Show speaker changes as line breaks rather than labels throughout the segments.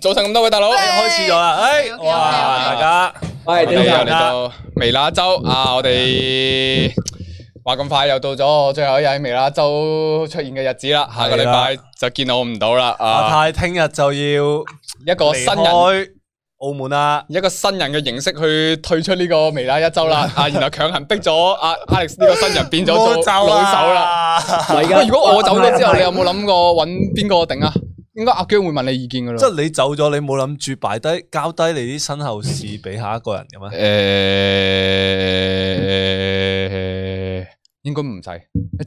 早晨咁多位大佬，
開始咗啦，哎，
OK，OK，OK
哇，大家
我
喂，
哋又
點
嚟
啊？
到微辣州啊！我哋話咁快又到咗我最後一日喺微辣州出現嘅日子啦，下個禮
係
拜就見我唔到啦
阿
啊！
泰聽日就要
一個新
離
人。
開澳門啦，
一個新人嘅形式去退出呢個微辣一周 啦，啊，然後強行逼咗阿 Alex 呢個新人變咗做老
啊
手啦。
啦。
喂，
喂，如果我走咗之後，你有冇諗過揾邊個頂啊？應該阿姜會問你意見噶
即
咯。
係你走咗，你冇諗住擺低交低你啲身後事俾下一個人嘅咩？
誒，應該唔使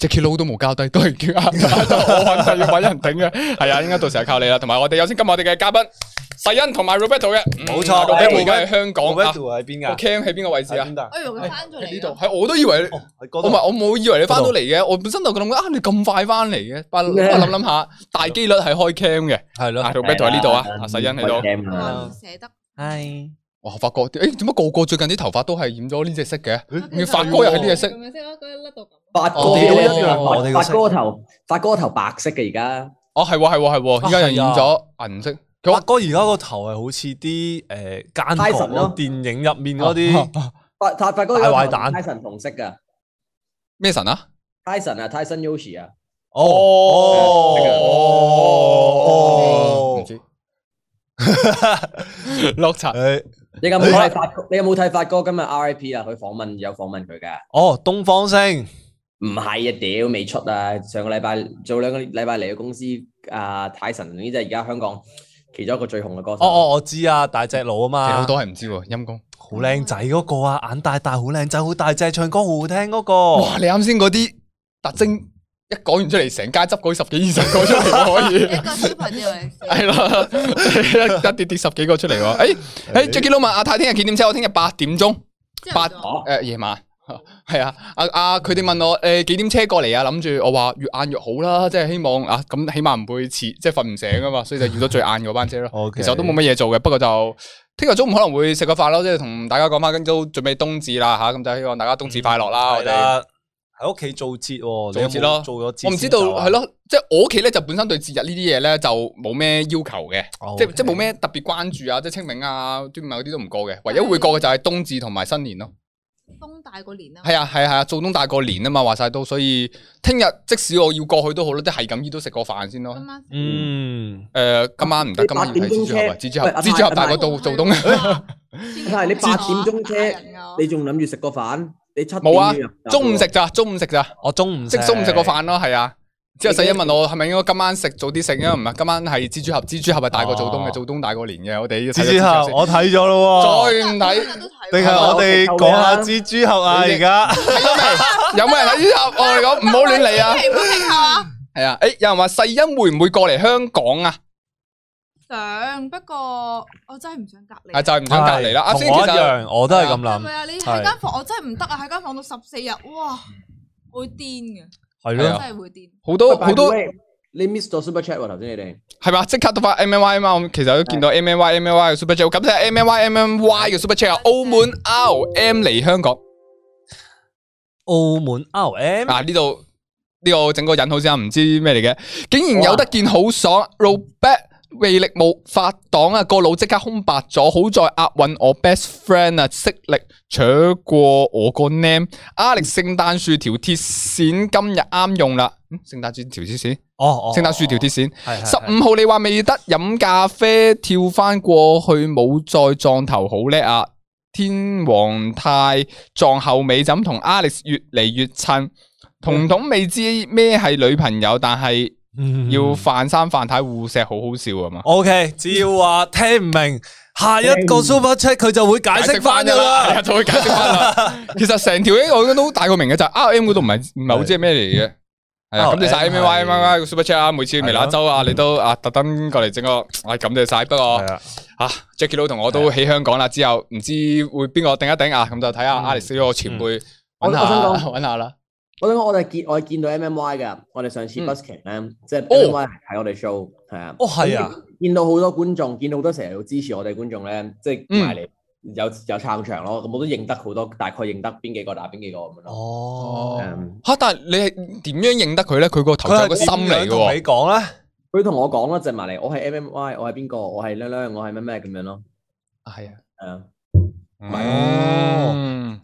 ，Jacky Lou 都冇交低，都係叫阿我揾就要揾人頂嘅。係啊，應該到時候靠你啦。同埋我哋有先今日我哋嘅嘉賓世欣同埋 Roberto 嘅，嗯
冇錯
，Roberto 而
Roberto
家喺香港啊。
度喺邊
個
噶？
cam 喺邊個位置啊？
喺邊度
哎呦，佢翻咗
喺呢
嚟
度，
啦，
係我都以為你。我
喺嗰
唔
度
係，我冇以為你翻到嚟嘅，我本身就諗緊啊，你咁快翻嚟嘅， 不不過諗諗下，大機率係開 cam 嘅。
係
啊
咯，
，Roberto 喺呢度啊，阿世欣喺度。
度
哇唔捨得，
系
哇，發哥，誒點解個個最近啲頭髮都係染咗呢隻色嘅？你發哥
過
又係呢啊隻色
咁樣先咯，嗰一粒度咁。
發哥
哦我哋都一樣
我哋個
發
色
哥頭，發哥頭白色嘅而家，
哦，係喎，係喎，係喎，
啊
而家又染咗銀色。
發哥而家個頭係好似啲誒奸角
Tyson
咯
咯，
電影入面嗰啲
發發發哥
大壞蛋
Tyson 同色噶
咩神啊？
，Tyson 啊，Tyson Yoshi 啊，
哦
唔
哦哦
知。落茶
誒
你有冇睇發哥？你有冇睇發哥今日 RIP 啊？佢訪問有訪問佢噶，
哦，東方星
唔係啊，屌未出啊！上個禮拜早兩個禮拜嚟嘅公司，啊 Tyson 呢即係而家香港其中一個最紅嘅歌手。
哦哦，我知啊，大隻佬啊
好
嘛，
多係唔知喎，陰公。
好靚仔嗰個啊，眼大大，好靚仔，好大隻，唱歌好好聽嗰個。
哇！你啱先嗰啲特徵一講完出嚟，成街執嗰十幾二十個出嚟喎可以。
一個小朋友嚟死，
系啦，一一跌跌十幾個出嚟喎。诶诶，Jackie 老問阿太聽日幾點車？我聽日八點鐘，
之
八
後就
哦，
呃诶夜晚。 係啊，阿阿佢哋問我诶幾點車過嚟啊？諗住我話越晏越好啦，即係希望啊咁起碼唔會遲，即係瞓唔醒 啊嘛，所以就預咗最晏嗰班車咯。
OK
其實我都冇乜嘢做嘅，不過就聽日中午可能會食個飯咯，即係同大家講翻，今朝準備冬至啦吓，咁就希望大家冬至快樂啦，我
嗯係
哋。
啦，喺屋企做節喎，
做節咯
做咗節
我唔知道
先走啊
係，咯，即係我屋企咧就本身對節日呢啲嘢咧就冇咩要求嘅。
哦
即
OK
即冇咩特別關注啊，即清明啊、端午啊嗰啲都唔過嘅，
嗯
唯一會過嘅就係冬至同埋新年咯。
風大過年啦，
係啊係啊係啊，做冬大過年啊嘛，話晒都，所以聽日即使我要過去都好啦，即係咁依都食過飯先咯
今。晚
嗯，
誒，今晚唔得，
你
今晚要
八點
睇
鐘
蜘蛛俠啊，
車
蜘蛛俠，
喂
蜘蛛俠
阿
大過
伯
到做冬啊！
但係你八點鐘車你
車，
仲諗住食個飯？你七點
冇啊
要入閘
中午
喎
食咋，中午食咋，
我中午
即係中午食個
個
飯咯，係啊。之後細欣問我係咪應該今晚食早啲食，因為唔係今晚係蜘蛛俠，蜘蛛俠係大過做冬嘅，
哦
做冬大過年嘅，我哋要睇咗
蜘蛛
俠
俠，
先
我睇咗咯喎，
再唔睇。
都睇
定
喎
係 我哋講下蜘蛛俠啊？而家
有冇人睇呢集？我哋 講唔好亂嚟啊！
係唔好聽啊！
係啊，诶，有人話世欣會唔會過嚟香港啊？
想不過我真係唔想隔離
啊，。就係唔想隔離啦。啱
同
先其
我一
實
樣，我都係咁
係
諗
咪，啊？你喺間房我真係唔得啊！喺間房度十四日，哇，會癲嘅，
係
係
真
咯
啊。
係會癲。
好多好多
你 miss 咗 super chat 喎，頭先你哋
係嘛，即刻讀翻 M M Y 啊嘛。我其實都見到 M M Y M M Y 嘅 super chat，咁睇下 M M Y M M Y 嘅 super chat 啊。澳門 R M 嚟香港
澳門 R M
啊，呢度呢個整個引號先啊，唔知咩嚟嘅，竟然有得見好爽，Robert。魅力冇法擋啊！個腦即刻空白咗，好在押韻我 best friend à. 啊，識力搶過我個 name。Alex 聖誕樹條鐵線今日啱用啦，嗯聖誕樹條鐵線。
哦哦，
聖誕樹條鐵線，
係
十
係係
五號你話未得飲咖啡，跳翻過去冇再撞頭，好叻啊！天皇太撞後尾就咁同 Alex 越嚟越襯，彤彤未知咩係女朋友，但係
嗯
要范三范太互錫，好好笑啊嘛！
O K，只要話聽唔明，下一個 super chat 佢就會解釋翻噶
係啊
啦。
就會解釋翻 啦。其實成條 A 我應該都大個明嘅，就係 R M 嗰度唔係唔係好知係咩嚟
嗯
嘅。係啊，
係
感謝晒 M M Y M M Y 個 super chat 啊！每次微辣周啊，你都啊特登過嚟整個，啊感謝晒。不過。
係啊，
啊，Jackie Lou 同我都喺香港啦，之後唔知會邊個頂一頂啊，咁就睇下
嗯
Alex 呢個前輩
我
揾下
我想講
揾下啦。
我想講我哋見我哋見到 M M Y 噶，我哋上次
嗯
busking 咧，即係
哦
M M Y 睇我哋 show 係啊，
哦係啊，
見到好多觀眾，見到好多成日要支持我哋觀眾咧，即係
嗯
埋嚟有有撐場咯，咁我都認得好多，大概認得邊幾個打邊幾個咁樣咯。
哦，
嗯
吓，但係你係點樣認得佢咧？佢個頭
佢
像有
係
個心嚟嘅
點樣同
喎，
你講咧，
佢同我講啦，就埋嚟，我係 MMY，我係邊個，我係靚靚，我係咩咩咁樣咯，
系啊，
係啊，
哦
嗯，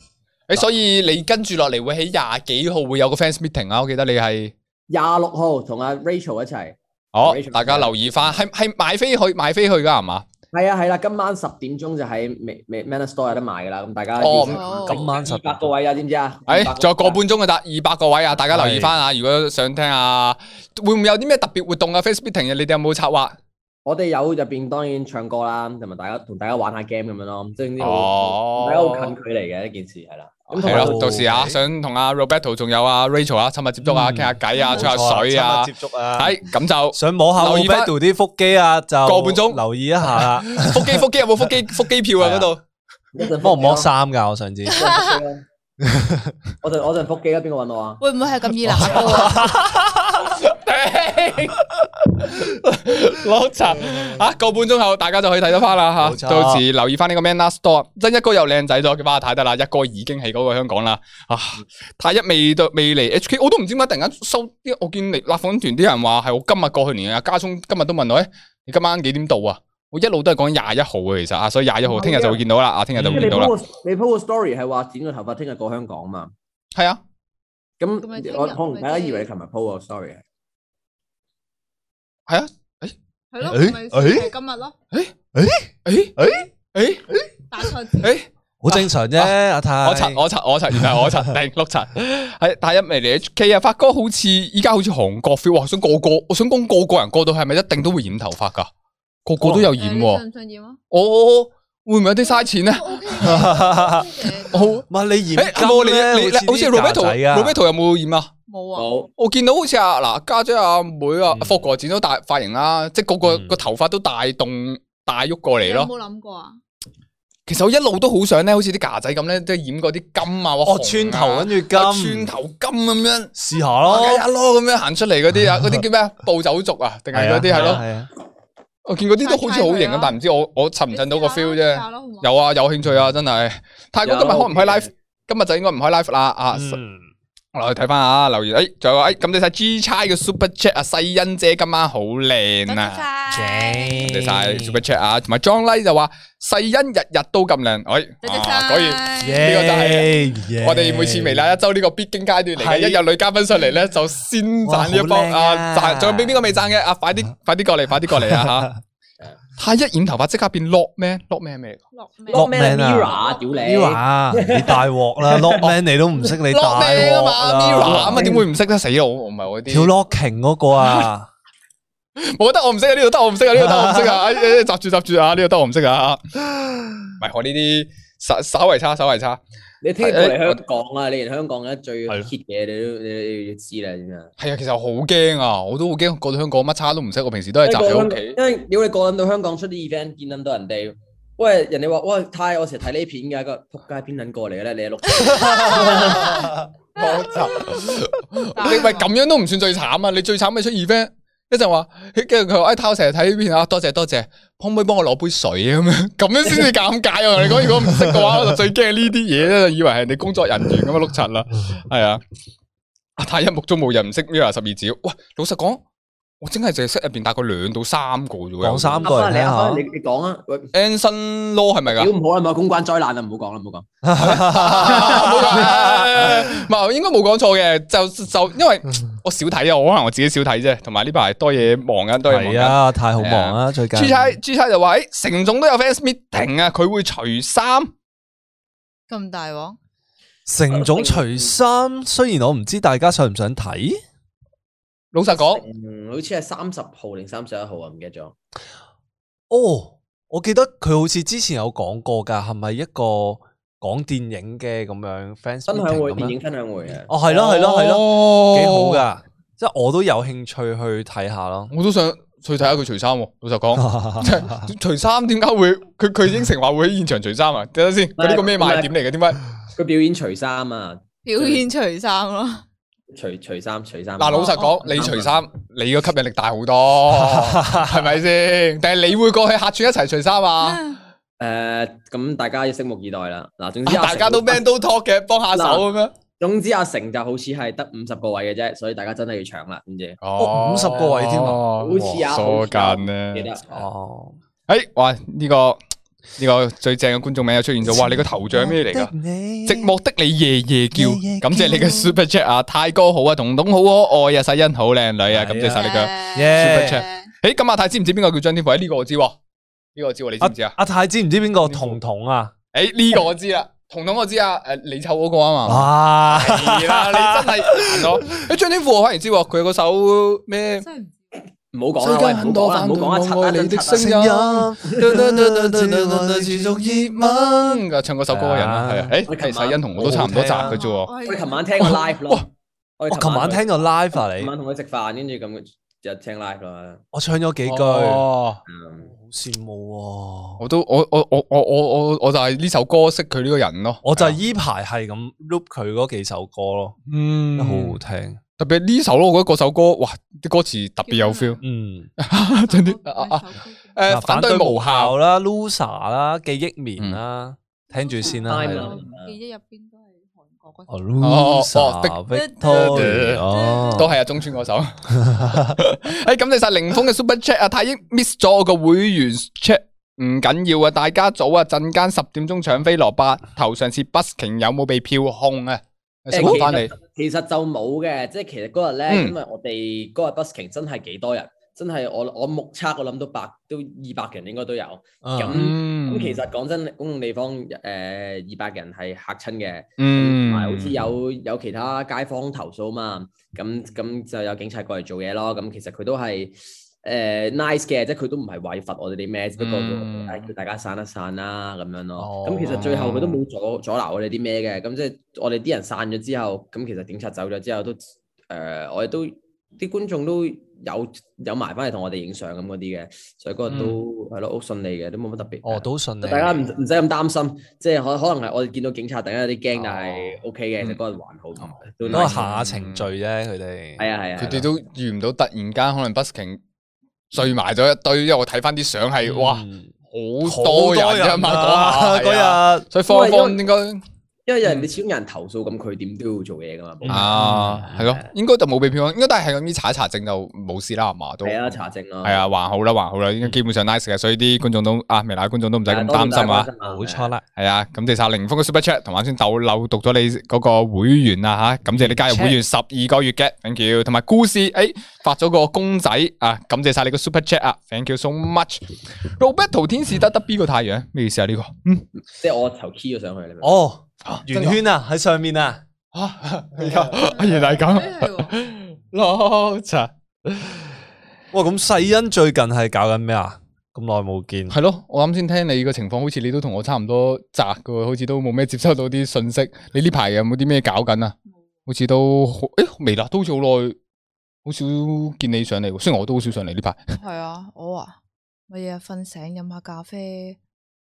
诶，所以你跟住落嚟會喺廿幾號會有個 fans meeting 啊，我記得你係，
廿六號同阿 Rachel 一齊，
哦
Rachel，
大家留意翻，係係買飛去買飛去㗎係嘛？
係啊係啦，今晚十點鐘就喺美美 Man Store 有得賣噶啦，咁大家
哦
咁
今晚實
八個位啊，知唔知啊？
诶，
200
哎仲有個半鐘嘅咋，二百個位啊，大家留意翻啊！如果想聽啊，會唔會有啲咩特別活動啊 f a c e b o o k 你哋有冇策劃？
我哋有入邊當然唱歌啦，同埋大家同大家玩下 game 咁樣咯，即係呢
哦
好大家好近距離嘅一件事係啦。咁同
係
埋
咯，到時啊，想同阿 Roberto 仲有阿 Rachel 啊，親密接觸啊，
嗯
傾下偈啊，
冇
吹下水啊，
接觸啊，
係咁就。
想摸下
留意返
Obedo 啲腹肌啊，就
個半鐘
留意一 下啦。
腹肌腹肌有冇腹肌腹肌票啊？嗰度
一
剝
陣
唔剝
腹肌咯
衫㗎？我想知。
一陣腹肌咯我陣我陣腹肌啦，邊個揾我啊？
会唔会系咁易難噶？
攞茶啊！個半鐘後大家就可以睇得翻啦
嗯冇
吓，
錯
到時留意翻呢個 Man Last Store，真一哥又靚仔咗，叫巴太得啦，一哥已經係嗰個香港啦啊！太一未到未嚟 HK，我都唔知點解突然間收啲，我見嚟立粉團啲人話係我今日過去年啊，家聰今日都問我，誒你今晚幾點到啊？我一路都係講廿一號嘅，其實啊，所以廿一號聽日就會見到啦，啊，聽日就
因
會
為
見
你
到啦，
po 個你 po 個 story 係話剪個頭髮，聽日過香港嘛？
係啊，
咁
咁咪聽日
我可能大家以為
咪
你琴日 po 個 story 係
係啊，
係咯，
誒
咪係今日咯，
誒誒誒。
大賽前
诶，
好正常啫，阿泰。
我柒我柒我柒，原来我 柒定碌柒，系但系未嚟 H K 啊，发哥好似依家好似韓國 feel，哇！想個個，我想講個個人過到係咪一定都會染頭髮噶？個個都有
誒
染
你
喎，
信唔信染啊？
我會唔會有啲嘥錢 咧？
都 OK 嘅 OK
好
嘅
唔係你
诶，
嚴
有冇你你
金
你
咧，
好似 Roberto，Roberto 有冇染啊？
冇啊，
冇
我見到好似啊，嗱，家姐阿妹啊
嗯，
霍哥剪咗大髮型啦，即系個個
嗯
個頭髮都大動大喐過嚟
你有
咯。
冇諗過啊？
其實我一路都好想咧，好似啲架仔咁咧，即係染嗰啲金啊，
哦
紅，啊
寸頭跟住
啊
金
寸，頭金咁樣。
試下咯。
啊一咯咁樣行出嚟嗰啲啊，嗰啲叫咩啊暴走族啊，定係嗰啲係咯？
係啊，
我見嗰啲都好似好型
太太佢
啊
啊，
但唔知我我襯唔襯到個 feel 啫。
有
有啊，有興趣啊，真係。泰哥今日開唔開 live？
有
今日就應該唔開 live 啦。啊，
嗯
我落去睇翻啊，留言。誒，仲有誒，感謝晒 G 差嘅 Super Chat 啊，世欣姐今晚好靚啊！
正
多謝晒 Super Chat 啊，同埋 John Lee 就話世欣日日都咁靚，哎，啊果然。呢個就
係
我哋每次微辣一周呢個必經階段嚟嘅，
係
一有女嘉賓上嚟咧，就先讚呢一
哇好
波
靚
啊！
啊
讚，仲有俾邊個未讚嘅啊？快啲，快啲過嚟，快啲過嚟 啊！吓，太一染頭髮即刻變 lock man，lock man 咩
落命啊
Mirror 屌
m i r r
你！
o 你大鑊啦，Lockman 你都唔識你大
Ờ. ？lock man 啊
鑊
嘛
啦
，Mira 咁啊，點會唔識得死我？我唔係我
跳
啲，
locking 嗰個 啊，
我覺得我唔識啊，呢度得我唔識啊，呢度得我唔識啊，哎哎閘住閘住啊，呢度得我唔識啊，唔係我呢啲稍稍為差，稍為差。
你聽日過嚟香港啊！你連香港而家
係
最
咯
hit 嘅你都你你要知啦，點樣？
係啊，其實我好驚啊，我都好驚過到香港乜叉都唔識，我平時都係宅喺屋企。
因為屌你過撚到香港出啲 event，見撚到人哋，喂人哋話喂太，我成日睇呢片㗎，個仆街邊撚過嚟嘅咧？你係六
我就你咪咁樣都唔算最慘啊！你最慘咪出 event，一陣話，跟住佢話，哎，太我成日睇呢片啊，多謝多謝，可唔可以幫我攞杯水啊咁樣， 咁樣先至尷尬啊！我同你講，如果唔識嘅話，我就最驚呢啲嘢咧，就以為係人哋工作人員咁樣碌柒啦，
嗯
係啊！阿太一目中無人，唔識 Mira 十二指，喂，老實講，我真係淨係識入邊大概兩到三個啫喎，
講三個嚟
你
聽
啊
下
你。你講啊！喂，
Anson Law 係咪㗎？
屌唔好啦，咪公關災難啦，唔好講啦，唔好講。
冇講唔係，我應該 冇講錯嘅，就就因為我少睇啊，我可能我自己少睇啫，同埋呢排多嘢忙緊，多嘢忙
係
緊。
啊，太好忙啊，最近。
朱差朱差就話：，诶，成總都有 fans meeting 啊，佢會除衫，
咁大鑊，
Ờ,
成
ừ.
總除衫，雖然我唔知大家想唔想睇，
老實講，
嗯，好似係三十號定三十一號啊，唔記得咗。
哦，我記得佢好似之前有講過㗎，係咪一個講電影嘅咁樣 fans
分享會
meeting 咁樣
電影分享會啊！
哦，係咯係咯係咯，
咯
幾好。噶，即係我都有興趣去睇下咯。
我都想去睇下佢除衫喎，老實 講。即
哦
係除衫點解會佢佢應承話會喺現場除衫啊？睇下先，佢呢個咩賣點嚟嘅？點解？
佢表演除衫啊，
表演除衫咯，
除除衫除衫。啊
嗱，老實講， 你除衫，你個吸引力大好多，係咪先？但係你會過去客串一齊除衫 啊？
诶，咁、大家要拭目以待啦。嗱，總 之
大家都 man 都 talk 嘅，幫下手咁樣。
總之阿成就好似係得五十個位嘅啫，所以大家真係要搶啦，知唔知？
哦50個位添啊
好
好似啊好似啊
疏近
記
咧
得。
哦，
诶，哇！呢個呢個最正嘅觀眾名又出現咗。哇！你個頭像咩嚟
哦
㗎？寂寞的你夜夜叫
夜夜，叫
感謝你嘅 Super Chat 啊！泰哥好啊，彤彤好可愛啊，世欣好靚女
係
啊，
啊
感謝晒你嘅。
Yeah
Super Chat 诶，咁阿泰知唔知邊個叫張天賦？誒呢個我知喎，呢個我知喎，你知唔知啊？
阿泰知唔知邊個彤彤啊？
诶，呢個我知啦，彤彤我知啊，诶，你湊嗰個啊嘛。
啊，
係啦，你真係難咗。誒，張天賦我反而知喎，佢嗰首咩？
真係唔知
唔好講啦，喂唔好講啦，唔好講啊，七啊，七啊，
啊唱嗰首歌嘅人啦，係啊，誒，其實世欣同我都差唔多集嘅啫喎。
我
我哋
係
琴晚聽個 live
哇
咯，我
我
哋
琴晚聽咗 live 啊，
琴
你
晚同佢食飯，跟住咁就聽 live 啦。
我唱咗幾句，好
哦
嗯
羨慕喎。
我都我我我我我我我就係呢首歌識佢呢個人咯。
我就係依排係咁 loop 佢嗰幾首歌咯，
嗯
好好聽。
特別呢首咯，我覺得嗰首歌哇啲歌詞特別有 feel。
嗯，
真啲
我
啊啊
我
誒，
嗱
反對無效
反對無啦，loser 啦，記憶棉啦，
嗯
聽住先啦。
Time
係
啦
啦
記憶入邊都係韓國嗰
哦
首。
哦哦
loser
的
Victoria，哦
都係啊，中村嗰首。 哎诶，感謝晒凌峰嘅 super chat 啊，太英 miss 咗我個會員 chat。唔緊要啊，大家早啊，陣間十點鐘搶飛羅伯頭。上次 busking 有冇被票控啊？
誒
想問翻你，
其實就冇嘅，即係其實嗰日咧，
嗯
因為我哋嗰日 busking 真係幾多人，真係我我目測我諗到百都二百人應該都有。
嗯
嗯
咁其實講真，公共地方誒二百人係嚇親嘅，同
嗯，
埋好似有有其他街坊投訴嘛，咁咁就有警察過嚟做嘢咯。咁其實佢都係誒 nice 嘅，即係佢都唔係話要罰我哋啲咩，只不過
嗯
誒叫大家散一散啦咁樣
哦
咯。咁其實最後佢都冇阻阻撓我哋啲咩嘅，咁即係我哋啲人散咗之後，咁其實警察走咗之後都誒，我哋都啲觀眾都有有埋翻嚟同我哋影相咁嗰啲嘅，所以嗰日都係咯好順利嘅，都冇乜特別。
哦，都順利。
大
啊
家唔唔使咁擔心，即係可可能係我哋見到警察，大家有啲驚，但
哦
係 O K 嘅，
嗯
其實嗰日還好，都
都係
nice
下程序啫，佢哋。
係啊係啊，
佢哋都遇唔到，突然間可能 busking 聚埋咗一堆，因為我睇翻啲相係哇
嗯
好多人
Ờ,
啊嘛嗰下係啊，
嗰日
所以方
因為
方應該
因為有
嗯
人你始終有人投訴，咁佢點都要做嘢噶嘛，冇
啊係咯，應該就冇被票控，應該都係咁樣查一查證就冇事啦，係嘛都
係啊查證咯，
系嗯啊，還好啦，還好啦，應該基本上 nice 嘅，所以啲觀眾都啊，微辣觀眾都唔使咁擔心啊。
Ờ,
冇
dạ.
錯啦，
係啊，感謝晒凌峰嘅 super chat，同埋先豆漏讀咗你嗰個會員啊吓，感謝你加入會員十二個月嘅，thank you。同埋故事诶發咗個公仔啊，感謝晒你個 super chat 啊，thank you so much。Roberto 天使得得 B 個太陽，咩意思啊？呢個嗯
即係我頭 key 咗上去，你明唔明
哦，
啊真
圓
㗎
圈啊喺上面啊，
啊，哎呀原來係咁，
係喎
撈茶
哇咁世欣最近係搞緊咩啊？咁耐冇見，
係咯，我啱先聽你個情況，好似你都同我差唔多窄噶喎，好似都冇咩接收到啲信
嗯
息。你呢排有冇啲咩搞緊啊？好似都好诶，微辣都好似好耐，好少見你上嚟喎。雖然我都好少上嚟呢排，
係啊，我啊，咪日日瞓醒飲下咖啡，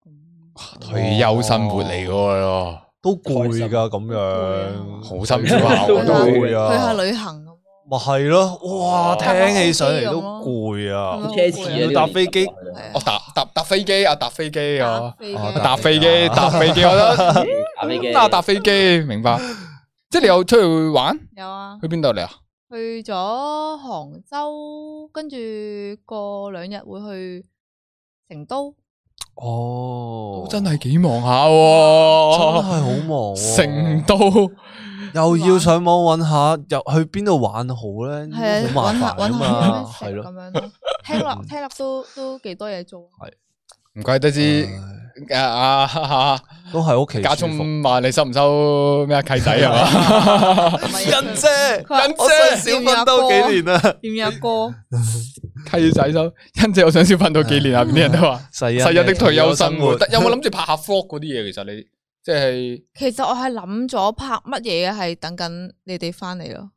咁
退休生活嚟
哦
噶喎，
都攰噶咁 à.
攰啊
樣，
好辛苦啊！我都
都會
攰
去下
啊，
旅行咁咯，
咪係咯，哇聽起上嚟都攰
係
啊
咪，
奢侈啊！呢個
要搭飛機
係啊
我哦搭搭搭飛機啊，搭飛機啊，
啊
搭
搭飛
飛機
飛機
搭飛機，我 覺得
打飛機
嗯啊搭飛機，明白。即係你有出去玩，
機有啊
去，邊度嚟啊？
去咗杭州，跟住過兩日會去成都，
哦，
真係幾忙下
真
喎，
係好忙喎，
哦成都。
又要上網揾下，又去邊度玩好
係
咧？
啊，
嗯好
搵
麻
下
煩
搵下有
啊
咩
嘛，
食
係咯嗯
咁。樣咯，聽落聽落都都幾多嘢做。啊
唔怪得知
嗯
啊啊啊！啊
都喺屋企
家
舒服
聰話你收唔收咩啊契仔啊嘛？
人姐，
人
我
姐
想少奮鬥幾年
啊
啦。
點有歌？
契仔收，欣姐我想消瞓到幾年啊？邊啲人都話
世
世日的退休生活，有冇諗住拍下 vlog 嗰啲嘢？其實你即係
其實我係諗咗拍乜嘢嘅，係等緊你哋翻嚟咯。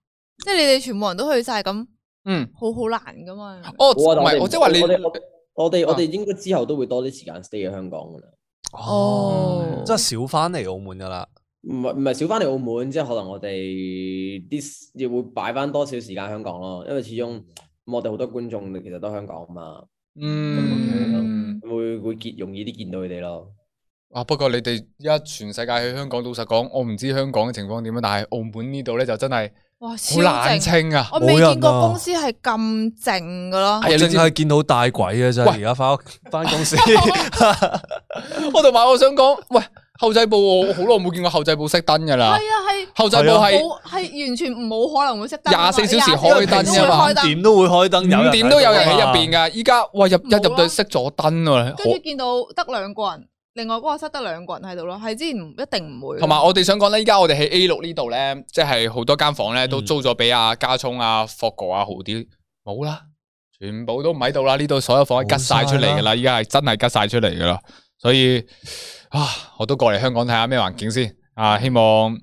即係你哋全部人都去晒咁，
嗯，
好好難 噶嘛。
哦，唔
好啊但
係
哋
我即係話你
我哋我哋我
啊
哋應該之後都會多啲時間 stay 喺香港噶啦，
哦
哦，
即係少翻嚟澳門噶啦。
唔係唔係少翻嚟澳門，即係可能我哋啲要會擺翻多少時間香港咯，因為始終我哋好多觀眾其實都香港嘛。
嗯
嗯
會會見容易啲見到佢哋咯。
啊，不過你哋而家全世界去香港，老實講，我唔知香港嘅情況點樣，但係澳門呢度咧就真係
哇，
好
超
冷
靜！
清啊！
我未
冇人啊
見過公司係咁靜噶咯
係。啊你
净
知
系见到大鬼嘅啫，
喂
而家翻屋翻公 司，
我同埋我想講，喂，後制部我好耐冇見過後制部熄燈噶
係
啦，
啊，係
後制部係
冇係完全冇可能會熄燈㗎嘛。
廿四小時開
24
燈
都會
㗎啊嘛
開燈
点都会開燈，
五點都有人喺入邊
嘅。
噶，依家哇入一
冇啊
入到熄咗燈啊！
跟住見到得兩個人，另外嗰個室得兩個人喺度咯，係之前唔一定唔會。
同埋我哋想講咧，依家我哋喺 A 六呢度咧，即係好多間房咧都
嗯
租咗俾阿家聰、阿霍哥、阿豪啲，冇啦，全部都唔喺度啦。呢度所有房係吉晒出嚟噶啦，依家係真係吉晒出嚟噶啦。所以啊，我都過嚟香港睇下咩環境先啊，希望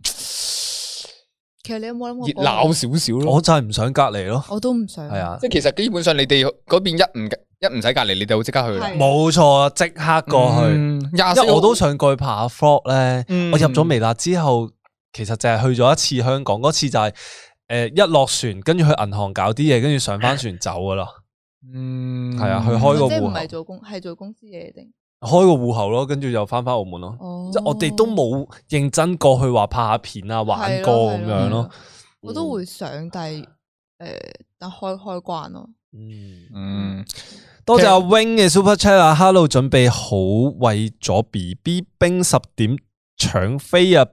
其實你有冇諗過
熱
幫
鬧
我
少少咯。
我就係唔想隔離咯，
我都唔想。
係，啊，
即係其實基本上你哋嗰邊一唔一唔使隔離，你哋會即刻去啦。
係
冇錯啊，即刻過去。
廿
因為我都想過去爬 frog 咧，
嗯
我入咗微辣之後，其實就係去咗一次香港，嗰次就係、呃一落船，跟住去銀行搞啲嘢，跟住上翻船走噶啦，
嗯
係啊去開個
即係
戶
唔
口
係做公係做公司嘢定？
開個戶口咯，跟住就翻翻澳門咯。
哦，
即係我哋都冇認真過去話拍下片啊、玩過咁樣咯。。
嗯我都會想，但係诶，但開開關咯。
嗯
嗯
多謝阿 Wing 嘅 Super Chat 啊，Hello，準備好為咗 B B 冰十點搶飛啊！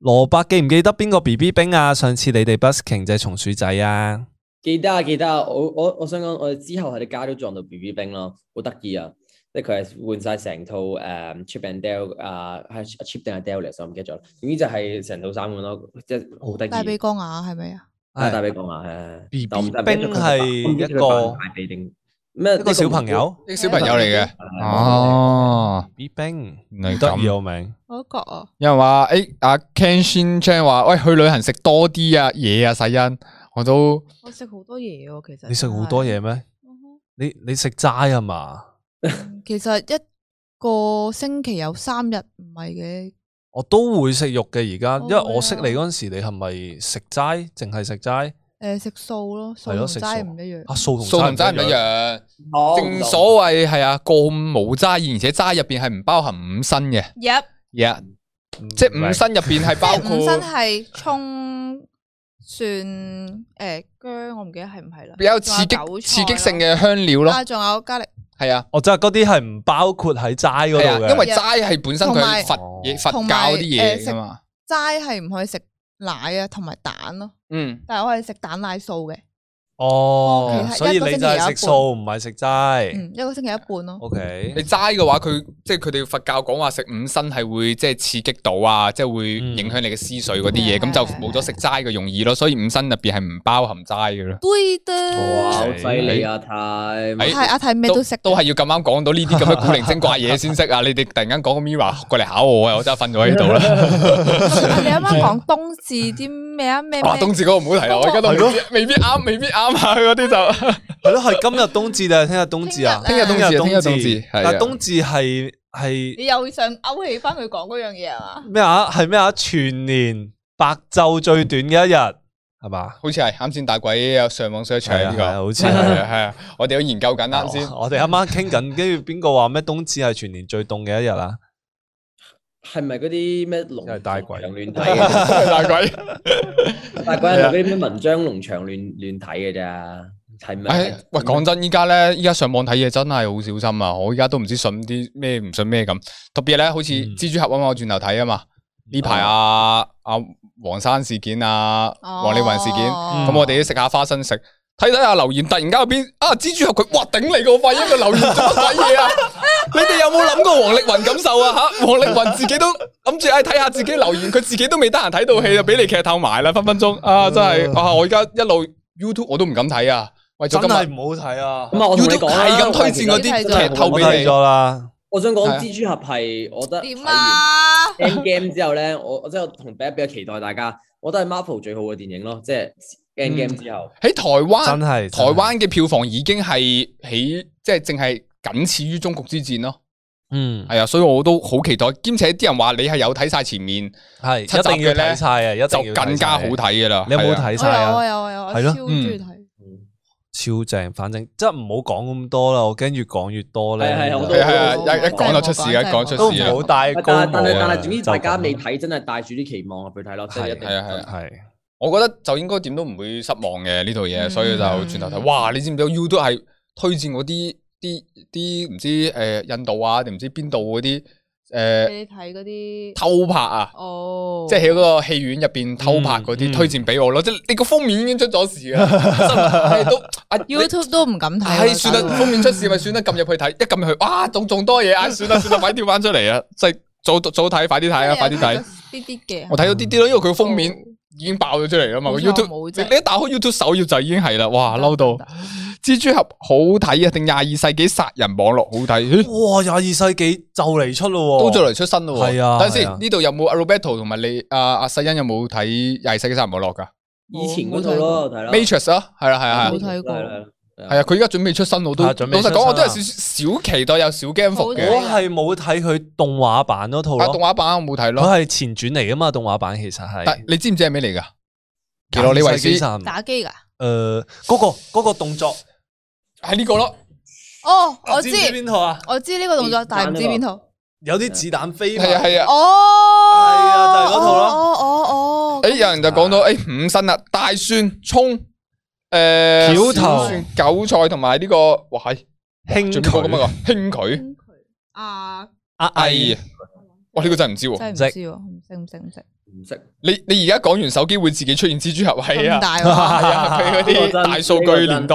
蘿蔔記唔記得邊個 B B 冰啊？上次你哋 busking 就係松鼠仔啊，
記得啊，記得啊！我我我想講，我哋之後喺啲街都撞到 B B 冰咯，好得意啊！即係佢係換晒成套誒、Chip and Dale 啊，係 Chip 定係 Dale 嚟，我唔記得咗。總之就係成套衫咁咯，即係好得
大鼻
意。
哥牙係咪啊？
啊大俾講啊，係
BB
但我唔知係咩
冰係
我唔知佢
一個
扮大髀定
Ờ,
咩
一個小朋友
啲小朋友嚟嘅。
哦，
哦，
B 冰，
原來
得
咁
意。我名。
我覺啊，
有人話诶，阿 Ken Shin Chan 話：喂，去旅行食多啲啊嘢啊，世恩，我都
我食好多嘢喎，其實
你食好多嘢咩？你你食齋啊嘛？
嗯其實一個星期有三日唔係嘅，
我都會食肉嘅而家，
我
因
會
為
啊
我識你嗰陣時，你係咪食齋？淨係食齋？
诶呃食素咯，素
係
同
咯食素
齋唔一樣。
啊，素同
素同齋
齋
唔一。樣。
我唔
正
同
所謂係啊，過冇齋，而且齋入边係唔包含五辛嘅。
Yep，
嘢，即系五辛入边係
即
包
係
括
五辛係葱、蒜、诶姜，我唔記得係唔係啦。
比較刺激
仲有韭
刺
菜
激性
啦
嘅香料咯。
啊，仲有咖喱。
係啊，
我真係嗰啲係唔包括喺齋嗰
係啊，
度嘅，
因為齋係本身
同埋
佢佛嘢佛教啲嘢噶
同
嘛。
齋係唔可以食奶啊，同埋蛋咯。
嗯。
但係我係食蛋奶素嘅，
哦，
其實
所以
一個
你
星期
就係食素，唔係食齋。
嗯，一個星期一半咯。
O
你
K，
齋嘅話，佢即係佢哋佛教講話食五辛係會即係刺激到啊，即係會
嗯
影響你嘅思緒嗰啲嘢，
係
咁、
係
就
係
冇咗食齋嘅用意咯。所以五辛入邊係唔包含齋嘅咯。
對的，
哇，好犀利啊！太
哎
係阿泰咩都食嘅，
都 係要咁啱講到呢啲咁嘅古靈精怪嘢先識啊！你哋突然間講個 Mira 過嚟考我啊，我真係瞓咗喺度啦。
啊你啱啱講冬至啲咩啊咩
哇，冬
咩？
至嗰個唔好提啦，我而家都未必未必 啱，未必啱啊！嗰啲就
係咯，係今日冬至定係聽日冬至啊？
聽日啊
聽日冬至係啊
但係冬至係係
你又想勾起翻佢講嗰樣嘢啊嘛？
咩啊？係咩啊？全年白晝最短嘅一日係嘛？
好似係啱先大鬼有上網 search
係
啊
啊
呢
係啊
個，
好似
係
係
啊係啊，我哋都研究緊 啱先。
我我哋啱啱傾緊，跟住邊個話咩冬至係全年最凍嘅一日啊？
係咪嗰啲咩龍
真係大鬼
長亂睇嘅？
啊 大鬼，
大鬼係咪嗰啲咩文章龍長亂亂睇嘅咋？係 咪？
哎，喂，講真，依家咧，依家上網睇嘢真係好小心啊！我依家都唔知信啲咩，唔信咩咁。特別咧，好似
嗯
蜘蛛俠啊嘛，我轉頭睇啊嘛。呢排啊啊黃山事件啊，黃
王
力雲事件，
嗯
哦
咁我哋都食下花生食。睇睇下留言，突然間入邊啊蜘蛛俠佢，哇頂你個肺！一啊個留言做乜鬼 嘢啊？你哋有冇諗過王力宏感受啊？吓，王力宏自己都諗住哎唉睇下自己留言，佢自己都未得閒睇到戲啊
嗯
就俾你劇透埋啦，分分鐘啊！真係啊！我而家一路 YouTube 我都唔敢睇啊，為咗
真
今
係
日
唔好睇啊！
咁啊，我同你
YouTube
講
係
啦，
咁推薦嗰
喂
其實
啲劇透
我
俾
睇
你。
咗啦。
我想講
係啊
蜘蛛俠係，我覺
嗯
得睇
點
完
啊？
End Game 之後咧，我我真係同比一比較期待大家，我覺得係 Marvel 最好嘅電影咯，即係 End Game 之後。
喺台灣
真係
啊台灣嘅票房已經係喺即係淨係僅次於《中國之戰》咯，
嗯
係啊，所以我都好期待，兼且啲人話你係有睇晒前面，
係
七集
一定要
嘅咧
睇晒啊！一定要
就
睇晒
更加好睇噶啦。
你有
係
冇
啊？
睇
我
晒
有
啊
我？有我有，我
係咯
超中意睇。
超正，反正即係唔好講咁多啦，我驚越講越多咧。
係係我都
系系啊，
都
一一講就出事嘅，一講
都
出
唔
事啊
都
好戴高帽啊
但但係但係，總之大家
就
未
咁
睇，真係帶住啲期望入去睇咯，即係一定
係啊係啊
係
我覺得就應該點都唔會失望嘅呢套嘢，
嗯
所以就轉頭睇。哇！你知唔知 U 都係推薦嗰啲啲啲唔知诶印度啊定唔知邊度嗰啲诶
俾你睇嗰啲
偷拍啊，
哦，
即係喺嗰個戲院入边偷拍嗰
嗯
啲推薦俾我咯。即係你個封面已經出咗事 啦，真係都啊你
YouTube 都唔敢睇啊。
系算啦，封面出事咪算啦，撳入去睇，一撳入去，哇，仲仲多嘢啊！算啦算啦，快跳翻出嚟啊！即係早早睇，快啲睇啊，快哦啲睇！
啲啲嘅，
我睇到啲啲咯，因為佢個封面。已經爆咗出嚟啦嘛。個
冇錯
YouTube
冇
你
啫
你一打開 YouTube 首頁就已經係啦，哇嬲到蜘蛛俠好睇啊，定廿二世紀殺人網絡好睇？ 咦
哇！廿二世紀就嚟出咯
都
喎，
就嚟出新咯喎，
係啊
等陣
係啊
先呢度有冇阿 Roberto 同埋你阿阿世欣有冇睇廿二世紀殺人網絡噶
以前嗰套咯，睇咯。
？Matrix 啊，係啦係啊
冇
係啊
睇過
係啊，佢而家準備出新我都
係
老
啊準備
實
出新
講，
啦
我都係少少期待有少驚服
好
嘅。
我係冇睇佢動畫版嗰套
啊，動
咯，
畫版我冇睇
佢
咯，
係前傳嚟噶嘛，動畫版其實
但
係。
你知唔知係咩嚟㗎？奇洛李維斯
廿二世紀殺人
打機噶？
誒嗰個嗰個動作，
係呢個咯，
哦，我知
唔邊套啊？
我知呢個動作，但係唔知邊套。
有啲子彈飛埋
係啊係啊。
哦，
係啊就係嗰套咯
哦哦哦哦，
诶，哎有人就講到诶五辛啦，大蒜、葱、诶、
橋頭
小蒜、韭菜同埋呢個，哇系，
輕
仲有個咁
佢
樣個輕佢
咁佢啊，
啊
哎，哇呢個真係唔知喎，
真係唔知喎，唔識唔識唔識
唔識
你你而家講完手機會自己出現蜘蛛俠 係
咁
啊，
大
係
喎。
啊，佢 嗰啲大數據年代